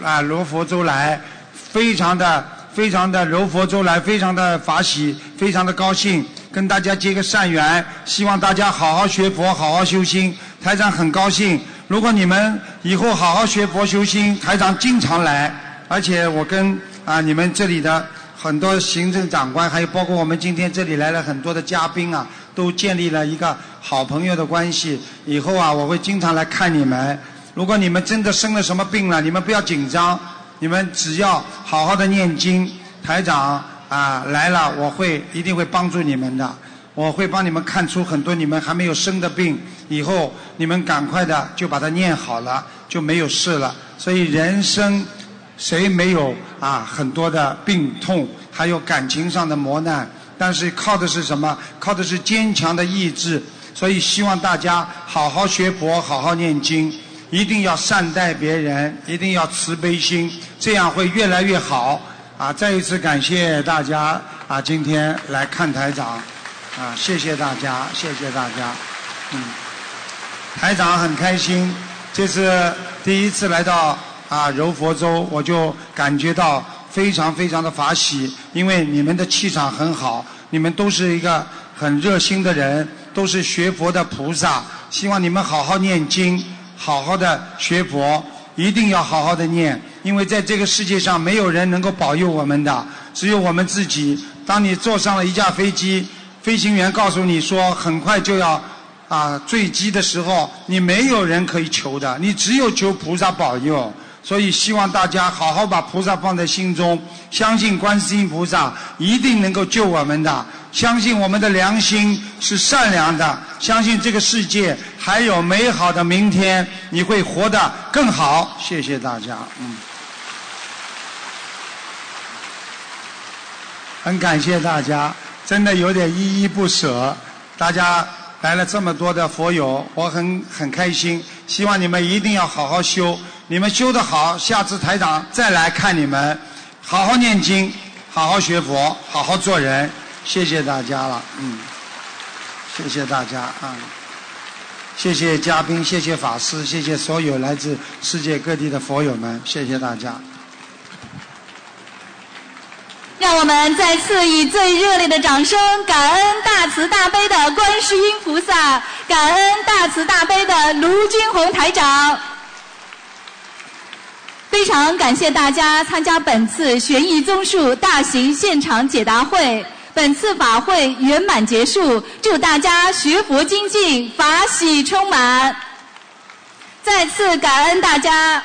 Speaker 2: 啊罗佛州来，非常的非常的柔佛州来，非常的法喜，非常的高兴，跟大家结个善缘，希望大家好好学佛，好好修心。台长很高兴，如果你们以后好好学佛修心，台长经常来，而且我跟啊你们这里的很多行政长官，还有包括我们今天这里来了很多的嘉宾啊，都建立了一个好朋友的关系。以后啊，我会经常来看你们。如果你们真的生了什么病了，你们不要紧张，你们只要好好的念经。台长啊来了，我会一定会帮助你们的，我会帮你们看出很多你们还没有生的病，以后你们赶快的就把它念好了，就没有事了。所以人生谁没有啊很多的病痛，还有感情上的磨难？但是靠的是什么？靠的是坚强的意志。所以希望大家好好学佛，好好念经，一定要善待别人，一定要慈悲心，这样会越来越好。啊，再一次感谢大家啊，今天来看台长，啊，谢谢大家，谢谢大家，嗯。台长很开心，这次第一次来到啊柔佛州，我就感觉到非常非常的法喜，因为你们的气场很好，你们都是一个很热心的人，都是学佛的菩萨。希望你们好好念经，好好的学佛，一定要好好的念，因为在这个世界上没有人能够保佑我们的，只有我们自己。当你坐上了一架飞机，飞行员告诉你说很快就要啊坠机的时候，你没有人可以求的，你只有求菩萨保佑。所以希望大家好好把菩萨放在心中，相信观世音菩萨一定能够救我们的。相信我们的良心是善良的，相信这个世界还有美好的明天，你会活得更好。谢谢大家，嗯，很感谢大家，真的有点依依不舍。大家来了这么多的佛友，我很很开心。希望你们一定要好好修，你们修得好，下次台长再来看你们。好好念经，好好学佛，好好做人。谢谢大家了，嗯，谢谢大家啊、谢谢嘉宾，谢谢法师，谢谢所有来自世界各地的佛友们，谢谢大家。
Speaker 1: 让我们再次以最热烈的掌声，感恩大慈大悲的观世音菩萨，感恩大慈大悲的卢军红台长。非常感谢大家参加本次悬疑综述大型现场解答会，本次法会圆满结束，祝大家学佛精进，法喜充满。再次感恩大家。